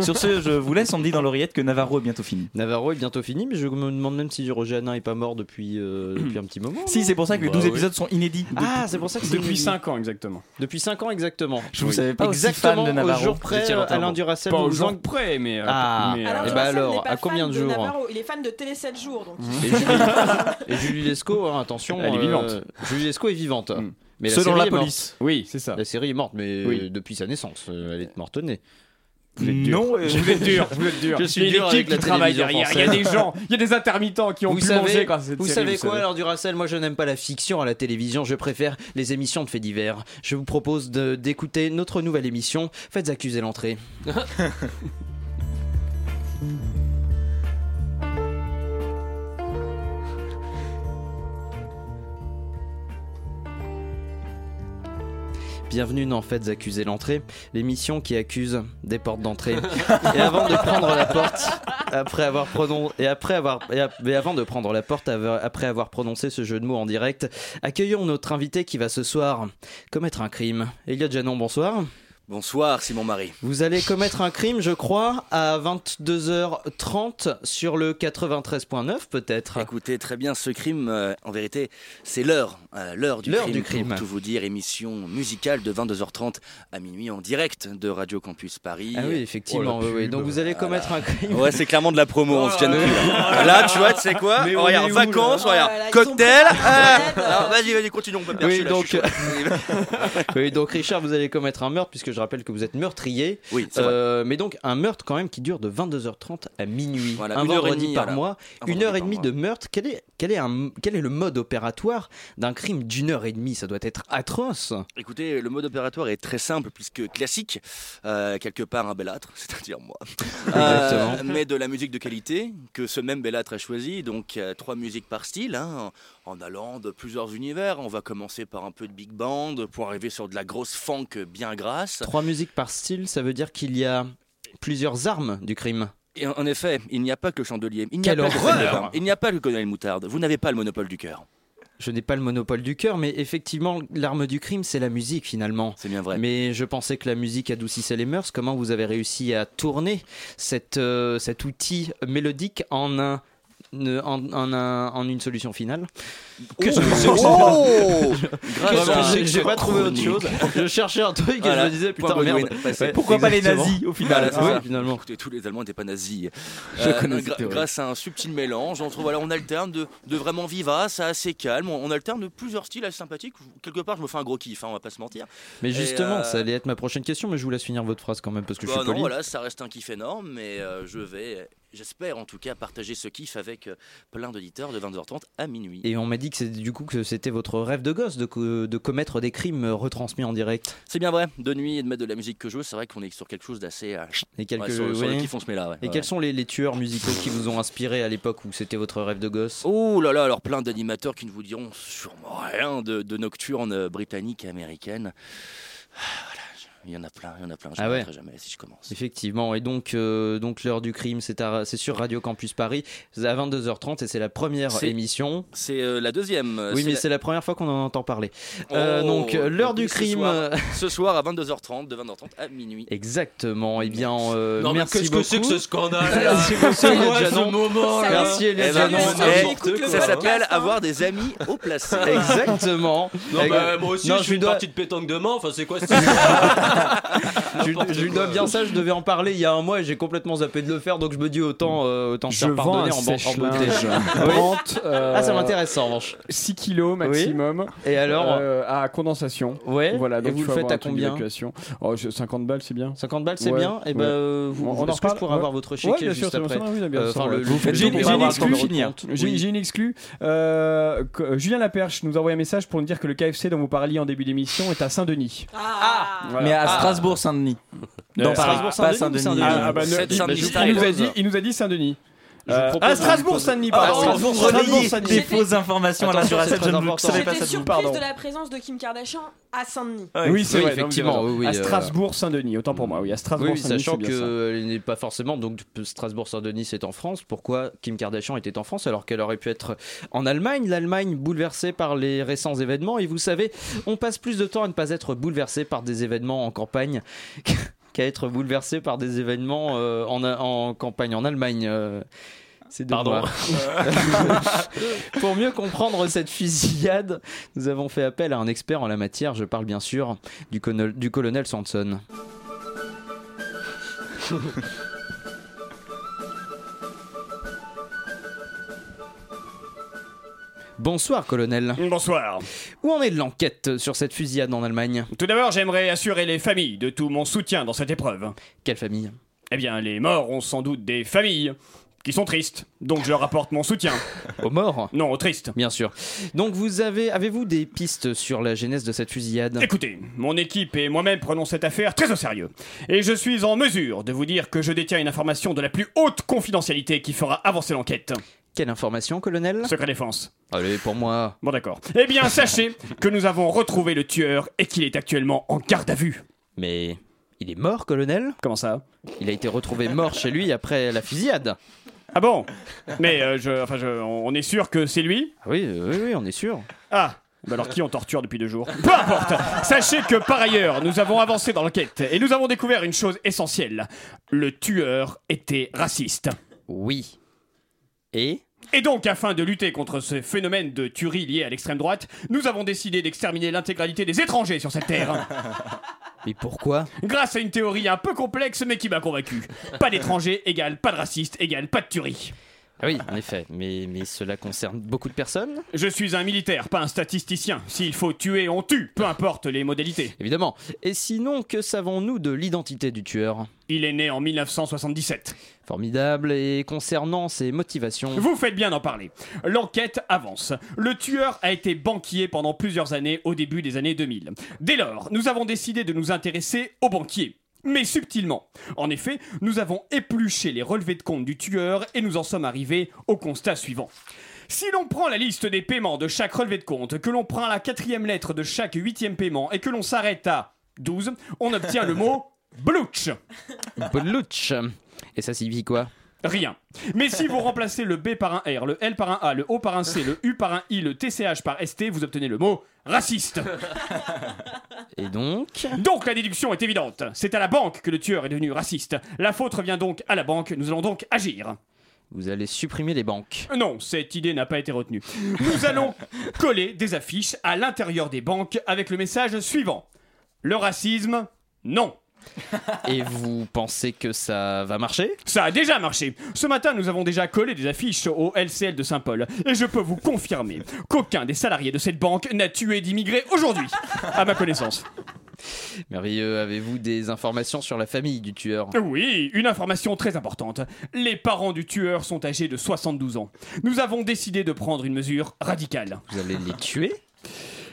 Speaker 12: Sur ce, je vous laisse. On me dit dans l'oreillette que Navarro est bientôt fini.
Speaker 1: Navarro est bientôt fini, mais je me demande même si Roger Hanin est pas mort depuis, euh, depuis un petit moment.
Speaker 12: Si,
Speaker 1: non
Speaker 12: c'est pour ça que les
Speaker 1: Bah
Speaker 12: 12
Speaker 1: oui.
Speaker 12: épisodes sont inédits.
Speaker 1: Ah, c'est pour ça que c'est
Speaker 9: Depuis
Speaker 1: inédit.
Speaker 9: 5 ans exactement.
Speaker 1: Depuis 5 ans exactement.
Speaker 12: Je vous savais pas aussi fan
Speaker 1: exactement
Speaker 12: de
Speaker 1: au
Speaker 12: Navarro.
Speaker 1: jour près.
Speaker 12: J'étais en
Speaker 1: euh,
Speaker 12: retard.
Speaker 1: Alain Duracell.
Speaker 9: Pas au
Speaker 1: nous
Speaker 9: jour
Speaker 1: en-
Speaker 9: près, mais, euh,
Speaker 1: ah.
Speaker 9: mais, euh,
Speaker 1: et
Speaker 9: Alain
Speaker 1: bah
Speaker 9: Duracell n'est
Speaker 1: alors,
Speaker 13: pas
Speaker 1: à combien
Speaker 13: fan
Speaker 1: de jours Mhm. hein
Speaker 13: Navarro, Il est fan de Télé 7 jours, donc il-
Speaker 1: *laughs* Et Julie- Et Julie Lescaut, hein, attention.
Speaker 9: Elle est
Speaker 1: euh,
Speaker 9: vivante. Mm.
Speaker 1: Julie Lescaut est vivante. Mais
Speaker 9: Selon
Speaker 1: série
Speaker 9: la
Speaker 1: est morte.
Speaker 9: police. Oui, c'est ça.
Speaker 1: La série est morte, mais
Speaker 9: Oui.
Speaker 1: euh, depuis sa naissance, euh, elle est morte au nez.
Speaker 9: Vous êtes dur. euh, vous êtes dur, vous êtes dur.
Speaker 1: Je suis
Speaker 9: il y a
Speaker 1: dur
Speaker 9: des
Speaker 1: avec
Speaker 9: types
Speaker 1: la
Speaker 9: qui travaillent
Speaker 1: télévision
Speaker 9: derrière. Il y a des
Speaker 1: française.
Speaker 9: gens, il y a des intermittents qui ont
Speaker 1: vous
Speaker 9: pu
Speaker 1: savez,
Speaker 9: manger grâce à cette
Speaker 1: vous
Speaker 9: série,
Speaker 1: savez
Speaker 9: vous
Speaker 1: quoi,
Speaker 9: savez.
Speaker 1: alors Duracell Moi, je n'aime pas la fiction à la télévision. Je préfère les émissions de faits divers. Je vous propose de- d'écouter notre nouvelle émission. Faites
Speaker 9: *laughs*
Speaker 1: accuser l'entrée. Bienvenue dans Faites accuser l'entrée, l'émission qui accuse des portes d'entrée. Et avant de prendre la porte, après avoir prononcé et après avoir et, a- et avant de prendre la porte av- après avoir prononcé ce jeu de mots en direct, accueillons notre invité qui va ce soir commettre un crime. Elliot Janon, bonsoir.
Speaker 10: Bonsoir, Simon Marie.
Speaker 1: Vous allez commettre un crime, je crois, à 22h30 sur le 93.9 peut-être.
Speaker 10: Écoutez très bien ce crime, euh, en vérité, c'est l'heure, euh, l'heure du
Speaker 1: L'heure
Speaker 10: crime.
Speaker 1: du crime.
Speaker 10: Pour tout vous dire, émission musicale de 22h30 à minuit en direct de Radio Campus Paris.
Speaker 1: Ah oui, effectivement.
Speaker 10: Oh, la
Speaker 1: oui, oui.
Speaker 10: pub.
Speaker 1: Donc vous allez commettre un crime.
Speaker 10: Ouais, c'est clairement de la promo, on se tient de cul, là. Là, tu vois, tu sais quoi
Speaker 1: Oh Mais
Speaker 10: On
Speaker 1: on
Speaker 10: Regarde,
Speaker 1: est où, là
Speaker 10: vacances, on regarde,
Speaker 1: Oh là là, ils sont
Speaker 10: cocktail.
Speaker 1: prêts.
Speaker 10: Ah, alors, vas-y, vas-y, continuons, on peut
Speaker 1: Oui,
Speaker 10: percer, là, je suis
Speaker 1: donc-
Speaker 10: chaud.
Speaker 1: *laughs* oui, donc Richard, vous allez commettre un meurtre puisque je rappelle que vous êtes meurtrier.
Speaker 10: Oui, c'est vrai.
Speaker 1: Euh, mais donc un meurtre quand même qui dure de 22h30 à minuit,
Speaker 10: Voilà,
Speaker 1: un
Speaker 10: une heure et
Speaker 1: vendredi
Speaker 10: demie,
Speaker 1: par
Speaker 10: voilà.
Speaker 1: mois,
Speaker 10: Un
Speaker 1: une
Speaker 10: vendredi
Speaker 1: heure et
Speaker 10: par
Speaker 1: demie
Speaker 10: mois.
Speaker 1: de meurtre. Quel est quel est un quel est le mode opératoire d'un crime d'une heure et demie Ça doit être atroce.
Speaker 10: Écoutez, le mode opératoire est très simple puisque classique, euh, quelque part un bellâtre, *laughs* c'est-à-dire moi. Euh,
Speaker 1: Exactement.
Speaker 10: mais de la musique de qualité que ce même bellâtre a choisi, donc euh, trois musiques par style, hein, en en allant de plusieurs univers. On va commencer par un peu de big band pour arriver sur de la grosse funk bien grasse.
Speaker 1: Trois musiques par style, ça veut dire qu'il y a plusieurs armes du crime.
Speaker 10: Et en en effet, il n'y a pas que le chandelier, il n'y a
Speaker 1: Quelle
Speaker 10: pas que
Speaker 1: horreur.
Speaker 10: Renard, il n'y a pas que le colonel Moutarde. Vous n'avez pas le monopole du cœur.
Speaker 1: Je n'ai pas le monopole du cœur, mais effectivement, l'arme du crime, c'est la musique finalement.
Speaker 10: C'est bien vrai.
Speaker 1: Mais je pensais que la musique adoucissait les mœurs. Comment vous avez réussi à tourner cette, euh, cet outil mélodique en un. ne- En, en un- en une solution finale
Speaker 10: Qu'est-ce que c'est que ça Oh Grave
Speaker 1: Qu'est-ce que
Speaker 10: ça.
Speaker 1: c'est que Ah, J'ai pas trouvé autre chose. Je cherchais un truc et
Speaker 10: Voilà.
Speaker 1: je me disais, putain,
Speaker 10: Point Baldwin.
Speaker 1: merde.
Speaker 10: Passé.
Speaker 1: Ouais, exactement.
Speaker 10: Voilà, c'est
Speaker 1: Oui,
Speaker 10: ça.
Speaker 1: hein. finalement.
Speaker 10: Écoutez, tous les Allemands n'étaient pas nazis.
Speaker 1: Je connais cette théorie.
Speaker 10: Euh, grâce à un subtil mélange, on trouve voilà, on alterne de, de vraiment vivace à assez calme, on, on alterne de plusieurs styles assez sympathiques. Quelque part, je me fais un gros kiff, hein, on va pas se mentir.
Speaker 1: Mais
Speaker 10: Et,
Speaker 1: justement,
Speaker 10: euh,
Speaker 1: ça allait être ma prochaine question, mais je vous laisse finir votre phrase quand même parce que
Speaker 10: bah
Speaker 1: je
Speaker 10: non,
Speaker 1: suis poli.
Speaker 10: voilà, ça reste un kiff énorme, mais euh, je vais, euh, j'espère en tout cas, partager ce kiff avec euh, plein d'auditeurs de 22h30 à minuit.
Speaker 1: Et on m'a dit que c'est du coup que c'était votre rêve de gosse de, co- de commettre des crimes euh, retransmis en direct.
Speaker 10: C'est bien vrai, de nuit et de mettre de la musique que je veux, c'est vrai qu'on est sur quelque chose d'assez. euh,
Speaker 1: Et quelques-
Speaker 10: ouais, sur, sur
Speaker 1: ouais.
Speaker 10: le kiff, on se met là. ouais,
Speaker 1: Et
Speaker 10: ouais.
Speaker 1: quels sont les, les tueurs musicaux qui vous ont inspiré à l'époque où c'était votre rêve de gosse
Speaker 10: Oh là là, alors plein d'animateurs qui ne vous diront sûrement rien de, de nocturne euh, britannique et américaine. Ah, Voilà, je- il y en a plein, il y en a plein. Je
Speaker 1: Ah ouais.
Speaker 10: n'arrêterai jamais si je commence.
Speaker 1: Effectivement, et donc, euh, donc l'heure du crime, c'est à- c'est sur Radio Campus Paris, c'est à 22h30 et c'est la première
Speaker 10: C'est-
Speaker 1: émission.
Speaker 10: C'est euh, la Oh, deuxième. euh,
Speaker 1: Oui, mais c'est la première fois qu'on en entend parler. Euh, donc, euh, l'heure du
Speaker 10: ce
Speaker 1: crime.
Speaker 10: soir- ce soir à 22h30, de 22h30 à minuit.
Speaker 1: Exactement, et bien, euh,
Speaker 10: Non, mais
Speaker 1: merci
Speaker 10: qu'est-ce que
Speaker 1: beaucoup.
Speaker 10: c'est que ce scandale, là
Speaker 1: *laughs* Merci beaucoup, Elia
Speaker 10: Ouais, ce
Speaker 1: Janon.
Speaker 10: moment, là.
Speaker 1: Merci, Elia
Speaker 10: Eh ben,
Speaker 1: Janon.
Speaker 10: non,
Speaker 1: C'est
Speaker 10: eh,
Speaker 1: n'importe quoi.
Speaker 10: ça s'appelle avoir des amis au placé. *laughs*
Speaker 1: Exactement.
Speaker 14: Non,
Speaker 1: Et-
Speaker 14: bah, moi aussi,
Speaker 1: Non,
Speaker 14: je
Speaker 1: je lui
Speaker 14: suis une
Speaker 1: dois-
Speaker 14: partie de pétanque de main. Enfin, c'est quoi cette
Speaker 1: *laughs* je, lui- je lui dois bien ça, je devais en parler il y a un mois et j'ai complètement zappé de le faire, donc je me dis autant, euh, autant se
Speaker 9: Je
Speaker 1: faire
Speaker 9: vends
Speaker 1: pardonner
Speaker 9: un
Speaker 1: en, ban- en beauté.
Speaker 9: sèche-linge *laughs*
Speaker 1: Oui.
Speaker 9: Brand, euh,
Speaker 1: Ah, ça m'intéresse en revanche.
Speaker 9: 6 kilos maximum.
Speaker 1: Et alors
Speaker 9: Euh, À condensation.
Speaker 1: Ouais.
Speaker 9: Voilà, donc
Speaker 1: et vous
Speaker 9: il faut
Speaker 1: le faites
Speaker 9: avoir
Speaker 1: à
Speaker 9: un truc
Speaker 1: combien
Speaker 9: d'évacuation. oh, je- 50 balles, c'est bien.
Speaker 1: 50 balles, c'est
Speaker 9: Ouais,
Speaker 1: bien. Et ben,
Speaker 9: ouais.
Speaker 1: euh, vous,
Speaker 9: On- on en
Speaker 1: est-ce que je
Speaker 9: reparle
Speaker 1: pourrais
Speaker 9: Ouais.
Speaker 1: avoir votre
Speaker 9: Ouais,
Speaker 1: échiquier
Speaker 9: bien sûr,
Speaker 1: juste
Speaker 9: c'est bon,
Speaker 1: après
Speaker 9: ça va, oui, bien
Speaker 1: Euh,
Speaker 9: sûr,
Speaker 1: enfin,
Speaker 9: ça va.
Speaker 1: le-
Speaker 9: Vous
Speaker 1: le-
Speaker 9: faites
Speaker 1: le-
Speaker 9: bien. J'ai
Speaker 1: on va
Speaker 9: une
Speaker 1: avoir le temps de
Speaker 9: exclue.
Speaker 1: reprendre.
Speaker 9: J'ai
Speaker 1: Oui.
Speaker 9: j'ai une exclue. Euh, que- Julien Laperche nous envoie un message pour nous dire que le KFC dont vous parliez en début d'émission est à Saint-Denis. Voilà.
Speaker 12: Mais à
Speaker 9: Ah.
Speaker 12: Strasbourg-Saint-Denis.
Speaker 9: Euh,
Speaker 12: Dans Paris, pas
Speaker 9: Strasbourg-Saint-Denis ou
Speaker 12: Saint-Denis.
Speaker 9: Ah, ah, bah, ne- il- il- il nous a dit- Il nous a dit Saint-Denis. Euh,
Speaker 12: propose
Speaker 9: à Strasbourg, Saint-Denis,
Speaker 12: Ah,
Speaker 9: pardon.
Speaker 12: Strasbourg, reliez
Speaker 9: Saint-Denis.
Speaker 12: des fausses informations à la
Speaker 9: Attention,
Speaker 12: Duracell,
Speaker 9: c'est
Speaker 12: je
Speaker 9: très
Speaker 12: ne
Speaker 9: important.
Speaker 12: savais pas
Speaker 13: J'étais
Speaker 12: ça.
Speaker 13: surprise
Speaker 9: Pardon.
Speaker 13: de la présence de Kim Kardashian à Saint-Denis.
Speaker 12: Ah
Speaker 9: Oui, c'est
Speaker 1: Oui,
Speaker 9: vrai,
Speaker 1: effectivement,
Speaker 9: non, mais
Speaker 1: oui, oui,
Speaker 9: à
Speaker 1: euh,
Speaker 9: Strasbourg-Saint-Denis, autant pour moi, oui, à
Speaker 1: Oui,
Speaker 9: Strasbourg-Saint-Denis.
Speaker 1: oui, sachant
Speaker 9: c'est bien ça.
Speaker 1: qu'elle n'est pas forcément. Donc, Strasbourg-Saint-Denis, c'est en France. Pourquoi Kim Kardashian était en France alors qu'elle aurait pu être en Allemagne L'Allemagne bouleversée par les récents événements. Et vous savez, on passe plus de temps à ne pas être bouleversé par des événements en campagne *laughs* qu'à être bouleversé par des événements euh, en, en campagne en Allemagne. euh. C'est Pardon. Pour mieux comprendre cette fusillade, nous avons fait appel à un expert en la matière. Je parle bien sûr du, conol- du colonel Sanson. *laughs* Bonsoir, colonel.
Speaker 11: Bonsoir.
Speaker 1: Où en est l'enquête sur cette fusillade en Allemagne
Speaker 11: Tout d'abord, j'aimerais assurer les familles de tout mon soutien dans cette épreuve.
Speaker 1: Quelle famille
Speaker 11: Eh bien, les morts ont sans doute des familles qui sont tristes, donc je leur apporte mon soutien.
Speaker 1: *laughs* Aux morts
Speaker 11: Non, aux tristes.
Speaker 1: Bien sûr. Donc, vous avez, avez-vous des pistes sur la genèse de cette fusillade
Speaker 11: Écoutez, mon équipe et moi-même prenons cette affaire très au sérieux. Et je suis en mesure de vous dire que je détiens une information de la plus haute confidentialité qui fera avancer l'enquête.
Speaker 1: Quelle information, colonel
Speaker 11: Secret défense.
Speaker 1: Allez, pour moi.
Speaker 11: Bon, d'accord. Eh
Speaker 1: *laughs*
Speaker 11: bien, sachez que nous avons retrouvé le tueur et qu'il est actuellement en garde à vue.
Speaker 1: Mais il est mort, colonel
Speaker 11: Comment ça
Speaker 1: Il a été retrouvé mort chez lui après la fusillade.
Speaker 11: Ah bon Mais euh, je, enfin, je- on est sûr que c'est lui
Speaker 1: Ah Oui, euh, oui, oui, on est sûr.
Speaker 11: Ah bah alors qui on torture depuis deux jours Peu importe Sachez que par ailleurs, nous avons avancé dans l'enquête et nous avons découvert une chose essentielle. Le tueur était raciste.
Speaker 1: Oui. Et
Speaker 11: Et donc, afin de lutter contre ce phénomène de tuerie lié à l'extrême droite, nous avons décidé d'exterminer l'intégralité des étrangers sur cette terre.
Speaker 1: Mais pourquoi
Speaker 11: Grâce à une théorie un peu complexe mais qui m'a convaincu. Pas d'étrangers égale pas de raciste égale pas de tuerie.
Speaker 1: Ah oui, en effet, mais, mais cela concerne beaucoup de personnes
Speaker 11: Je suis un militaire, pas un statisticien. S'il faut tuer, on tue, peu importe les modalités.
Speaker 1: Évidemment. Et sinon, que savons-nous de l'identité du tueur
Speaker 11: Il est né en 1977.
Speaker 1: Formidable, et concernant ses motivations
Speaker 11: Vous faites bien d'en parler. L'enquête avance. Le tueur a été banquier pendant plusieurs années au début des années 2000. Dès lors, nous avons décidé de nous intéresser aux banquiers. Mais subtilement. En effet, nous avons épluché les relevés de compte du tueur et nous en sommes arrivés au constat suivant. Si l'on prend la liste des paiements de chaque relevé de compte, que l'on prend la quatrième lettre de chaque huitième paiement et que l'on s'arrête à 12, on obtient le mot Blouch.
Speaker 1: Blouch. Et ça signifie quoi
Speaker 11: Rien. Mais si vous remplacez le B par un R, le L par un A, le O par un C, le U par un I, le TCH par ST, vous obtenez le mot raciste.
Speaker 1: Et donc
Speaker 11: Donc la déduction est évidente. C'est à la banque que le tueur est devenu raciste. La faute revient donc à la banque. Nous allons donc agir.
Speaker 1: Vous allez supprimer les banques.
Speaker 11: Non, cette idée n'a pas été retenue. Nous allons coller des affiches à l'intérieur des banques avec le message suivant. Le racisme, non.
Speaker 1: *laughs* Et vous pensez que ça va marcher
Speaker 11: Ça a déjà marché. Ce matin, nous avons déjà collé des affiches au LCL de Saint-Paul. Et je peux vous confirmer qu'aucun des salariés de cette banque n'a tué d'immigrés aujourd'hui, à ma connaissance.
Speaker 1: Merveilleux, avez-vous des informations sur la famille du tueur
Speaker 11: Oui, une information très importante. Les parents du tueur sont âgés de 72 ans. Nous avons décidé de prendre une mesure radicale.
Speaker 1: Vous allez les tuer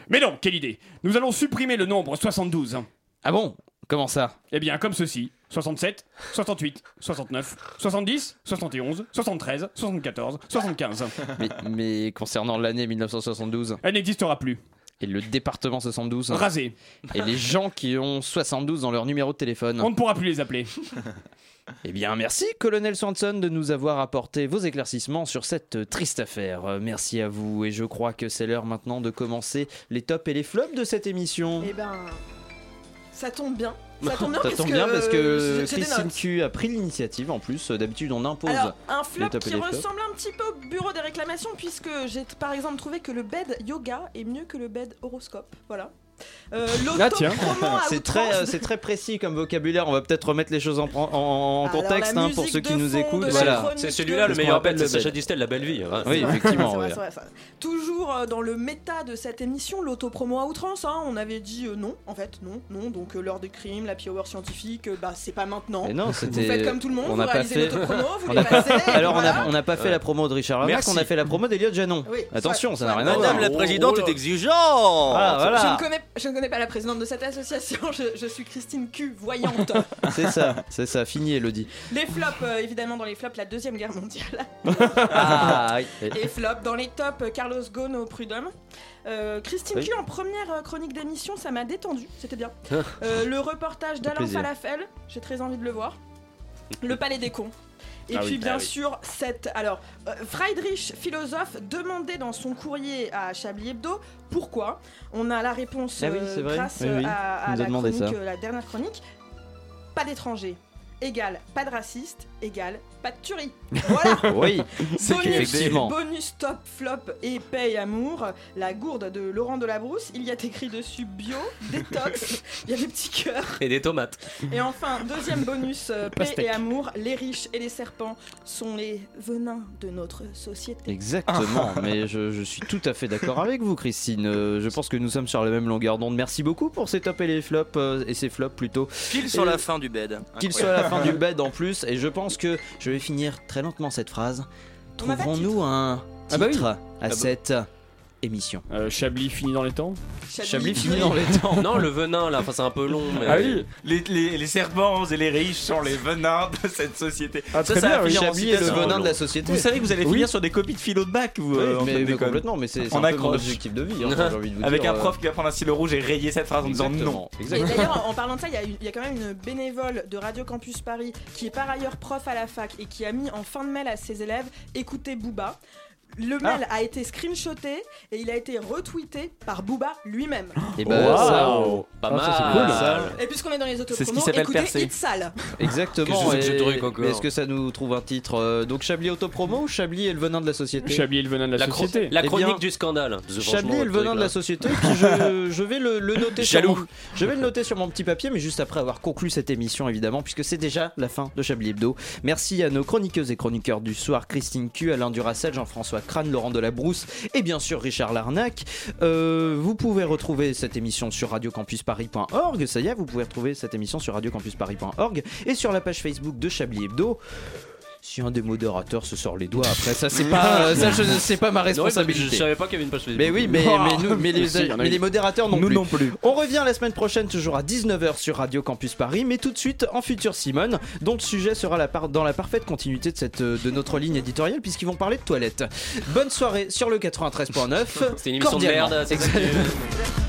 Speaker 11: Mais non, quelle idée. Nous allons supprimer le nombre 72.
Speaker 1: Ah bon Comment ça
Speaker 11: Eh bien, comme ceci. 67, 68, 69, 70, 71, 73, 74, 75.
Speaker 1: mais, mais concernant l'année 1972
Speaker 11: Elle n'existera plus.
Speaker 1: et le département 72
Speaker 11: Rasée.
Speaker 1: et les gens qui ont 72 dans leur numéro de téléphone.
Speaker 11: On ne pourra plus les appeler.
Speaker 1: Eh bien, merci, colonel Swanson, de nous avoir apporté vos éclaircissements sur cette euh, triste affaire. Euh, Merci à vous, et je crois que c'est l'heure maintenant de commencer les tops et les flops de cette émission.
Speaker 13: Eh ben, ça tombe bien. Ça tombe bien,
Speaker 1: Bah, Ça
Speaker 13: parce,
Speaker 1: tombe
Speaker 13: que
Speaker 1: bien parce que
Speaker 13: j'ai- j'ai des
Speaker 1: Christine
Speaker 13: notes.
Speaker 1: Q a pris l'initiative en plus. euh, D'habitude, on impose
Speaker 13: Alors, un flop
Speaker 1: les tops et
Speaker 13: qui
Speaker 1: les flops.
Speaker 13: ressemble un petit peu au bureau des réclamations, puisque j'ai t- par exemple trouvé que le bed yoga est mieux que le bed horoscope. Voilà. Euh,
Speaker 1: Ah tiens,
Speaker 13: l'autopromo à
Speaker 1: *laughs* c'est très,
Speaker 13: outrance.
Speaker 1: euh, c'est très précis comme vocabulaire. On va peut-être remettre les choses en, en- en
Speaker 13: Alors,
Speaker 1: contexte
Speaker 13: la
Speaker 1: hein, pour
Speaker 13: musique
Speaker 1: ceux qui
Speaker 13: de
Speaker 1: nous
Speaker 13: fond de
Speaker 1: écoutent.
Speaker 13: la
Speaker 1: Voilà.
Speaker 13: chronique
Speaker 14: C'est celui-là
Speaker 13: de-
Speaker 14: le
Speaker 1: Parce qu'on
Speaker 14: meilleur
Speaker 1: rappelle
Speaker 14: bête, c'est
Speaker 1: le
Speaker 14: Sacha
Speaker 1: bête.
Speaker 14: Distel, la belle vie. hein.
Speaker 13: C'est
Speaker 1: Oui, effectivement.
Speaker 13: vrai,
Speaker 1: ouais.
Speaker 13: c'est vrai, c'est vrai. Toujours euh, dans le méta de cette émission, l'autopromo à outrance, hein, on avait dit euh, non, en fait, non, non, donc euh, l'heure des crimes, la hour scientifique, euh, bah c'est pas maintenant.
Speaker 1: Mais non,
Speaker 13: vous
Speaker 1: c'était.
Speaker 13: faites comme tout le monde,
Speaker 1: on
Speaker 13: vous
Speaker 1: n'a pas
Speaker 13: réalisez
Speaker 1: fait. *laughs*
Speaker 13: l'autopromo, vous
Speaker 1: on
Speaker 13: les
Speaker 1: n'a pas-
Speaker 13: passez. et
Speaker 1: Alors, on
Speaker 13: voilà.
Speaker 1: n'a on n'a pas fait la promo de Richard Larnac,
Speaker 12: Merci.
Speaker 1: on a fait la promo d'Eliott Janon.
Speaker 13: Oui. Oh.
Speaker 1: Attention, ça n'a rien à voir. Oh
Speaker 10: Madame la présidente est exigeante
Speaker 1: Ah, voilà.
Speaker 13: Je ne connais Je ne connais pas la présidente de cette association, *laughs* je, je suis Christine Q, voyante.
Speaker 1: C'est ça, c'est ça, fini Elodie.
Speaker 13: Les flops, euh, évidemment, dans les flops, la Deuxième Guerre mondiale.
Speaker 1: *laughs* Ah, oui.
Speaker 13: Et flop, dans les tops, euh, Carlos Ghosn au Prud'homme. Euh, Christine
Speaker 1: Oui. Ah.
Speaker 13: Q en première euh, chronique d'émission, ça m'a détendu, c'était bien. Euh, le reportage d'Alain
Speaker 1: plaisir.
Speaker 13: Falafel, j'ai très envie de le voir. Le Palais des cons. Et
Speaker 1: Ah
Speaker 13: puis
Speaker 1: oui,
Speaker 13: bien
Speaker 1: ah oui.
Speaker 13: sûr cette alors euh, Friedrich philosophe demandait dans son courrier à Chablis Hebdo pourquoi on a la réponse
Speaker 1: Ah oui,
Speaker 13: euh,
Speaker 1: c'est vrai.
Speaker 13: grâce
Speaker 1: Oui,
Speaker 13: euh,
Speaker 1: oui.
Speaker 13: à, à
Speaker 1: Il nous a
Speaker 13: la,
Speaker 1: demandé ça.
Speaker 13: chronique, euh, la dernière chronique pas d'étrangers égale pas de racistes égale pas de
Speaker 1: *laughs*
Speaker 13: tuerie voilà
Speaker 1: Oui, c'est
Speaker 13: bonus,
Speaker 1: qu'effectivement.
Speaker 13: bonus top flop et paye amour la gourde de Laurent Delabrousse il y a écrit dessus bio
Speaker 1: *laughs*
Speaker 13: détox il y a des petits cœurs
Speaker 15: Et des tomates.
Speaker 13: et enfin, deuxième bonus, euh, paix
Speaker 15: Pastèque.
Speaker 13: et amour, les riches et les serpents sont les venins de notre société.
Speaker 1: Exactement, mais je, je suis tout à fait d'accord avec vous, Christine. Euh, je pense que nous sommes sur la même longueur d'onde. Merci beaucoup pour ces tops et les flops, euh, et ces flops plutôt.
Speaker 10: Pile sur
Speaker 1: Et-
Speaker 10: la fin du bed.
Speaker 1: Qu'il soit à la fin du bed en plus, et je pense que je vais finir très lentement cette phrase.
Speaker 13: On n'a pas de
Speaker 1: Trouverons-nous un titre
Speaker 9: Ah bah oui.
Speaker 1: à
Speaker 9: Ah bah-
Speaker 1: cette émission
Speaker 9: Euh, Chablis finit dans les temps
Speaker 13: Chablis,
Speaker 1: finit dans les temps.
Speaker 15: Non, le venin là, enfin c'est un peu long. Mais...
Speaker 9: Ah oui.
Speaker 12: Les, les- les serpents et les riches sont les venins de cette société.
Speaker 1: Ah, très bien, oui.
Speaker 12: finir en
Speaker 1: Chablis est le
Speaker 12: citation.
Speaker 1: venin de la société.
Speaker 12: Vous savez que vous allez
Speaker 1: Oui.
Speaker 12: finir sur des copies de philo de bac, vous.
Speaker 1: Oui,
Speaker 12: euh, en train de
Speaker 1: mais- mais
Speaker 12: déconner.
Speaker 1: complètement, mais c'est- c'est
Speaker 12: On
Speaker 1: un peu
Speaker 12: accroche.
Speaker 1: mon objectif de
Speaker 12: *laughs*
Speaker 1: vie, hein, j'ai envie de vous
Speaker 12: Avec
Speaker 1: dire,
Speaker 12: un prof
Speaker 1: euh,
Speaker 12: qui va prendre un stylo rouge et rayer cette phrase en disant non.
Speaker 13: Et d'ailleurs, en parlant de ça, il y, a une- il y a quand même une bénévole de Radio Campus Paris qui est par ailleurs prof à la fac et qui a mis en fin de mail à ses élèves écoutez Booba. Le mail a été screenshoté et il a été retweeté par Booba lui-même.
Speaker 1: Et ben, ça,
Speaker 15: Wow. Pas
Speaker 1: ah, ça,
Speaker 15: mal.
Speaker 1: c'est cool.
Speaker 13: Et puisqu'on est dans les
Speaker 1: C'est ce qui
Speaker 13: autopronos,
Speaker 1: s'appelle
Speaker 13: écoutez
Speaker 1: percer.
Speaker 13: It's Sale.
Speaker 1: Exactement.
Speaker 15: Qu'est-ce que c'est que ce
Speaker 1: et-
Speaker 15: truc encore
Speaker 1: mais Est-ce que ça nous trouve un titre euh, Donc Chablis autopromo ou Chablis est le venin de la société
Speaker 9: Chablis est le venin de
Speaker 15: La, chro- la
Speaker 1: Eh bien,
Speaker 15: chronique du scandale. Parce que
Speaker 1: Chablis
Speaker 15: franchement,
Speaker 1: est le venin de la
Speaker 15: truc,
Speaker 1: société. puis Euh, je, je vais le, le noter. sur
Speaker 15: Jaloux.
Speaker 1: mon- je vais le noter sur mon petit papier, mais juste après avoir conclu cette émission, évidemment, puisque c'est déjà la fin de Chablis Hebdo. Merci à nos chroniqueuses et chroniqueurs du soir Christine Q, Alain Duracel, Jean-François Crane, Laurent Delabrousse et bien sûr Richard Larnac. Euh, vous pouvez retrouver cette émission sur radiocampusparis.org. Ça y est, vous pouvez retrouver cette émission sur radiocampusparis.org et sur la page Facebook de Chablis Hebdo. Si un des modérateurs se sort les doigts, après ça
Speaker 15: Mm.
Speaker 1: c'est
Speaker 15: *laughs*
Speaker 1: pas euh, ça je- c'est pas ma
Speaker 15: Non, parce que
Speaker 1: responsabilité.
Speaker 15: je savais pas qu'il y avait une page Facebook.
Speaker 1: Mais oui,
Speaker 15: *laughs*
Speaker 1: mais,
Speaker 15: Oh.
Speaker 1: mais nous- mais les,
Speaker 15: Si, il y en a
Speaker 1: mais
Speaker 15: eu.
Speaker 1: les modérateurs non
Speaker 15: Nous
Speaker 1: plus.
Speaker 15: non plus.
Speaker 1: On revient la semaine prochaine, toujours à 19h sur Radio Campus Paris, mais tout de suite en Future Simone, dont le sujet sera la par- dans la parfaite continuité de, cette, euh, de notre ligne éditoriale, puisqu'ils vont parler de toilettes. Bonne soirée sur le 93.9.
Speaker 15: C'était une émission de
Speaker 1: *laughs* Cordialement.
Speaker 15: merde. c'est ça que-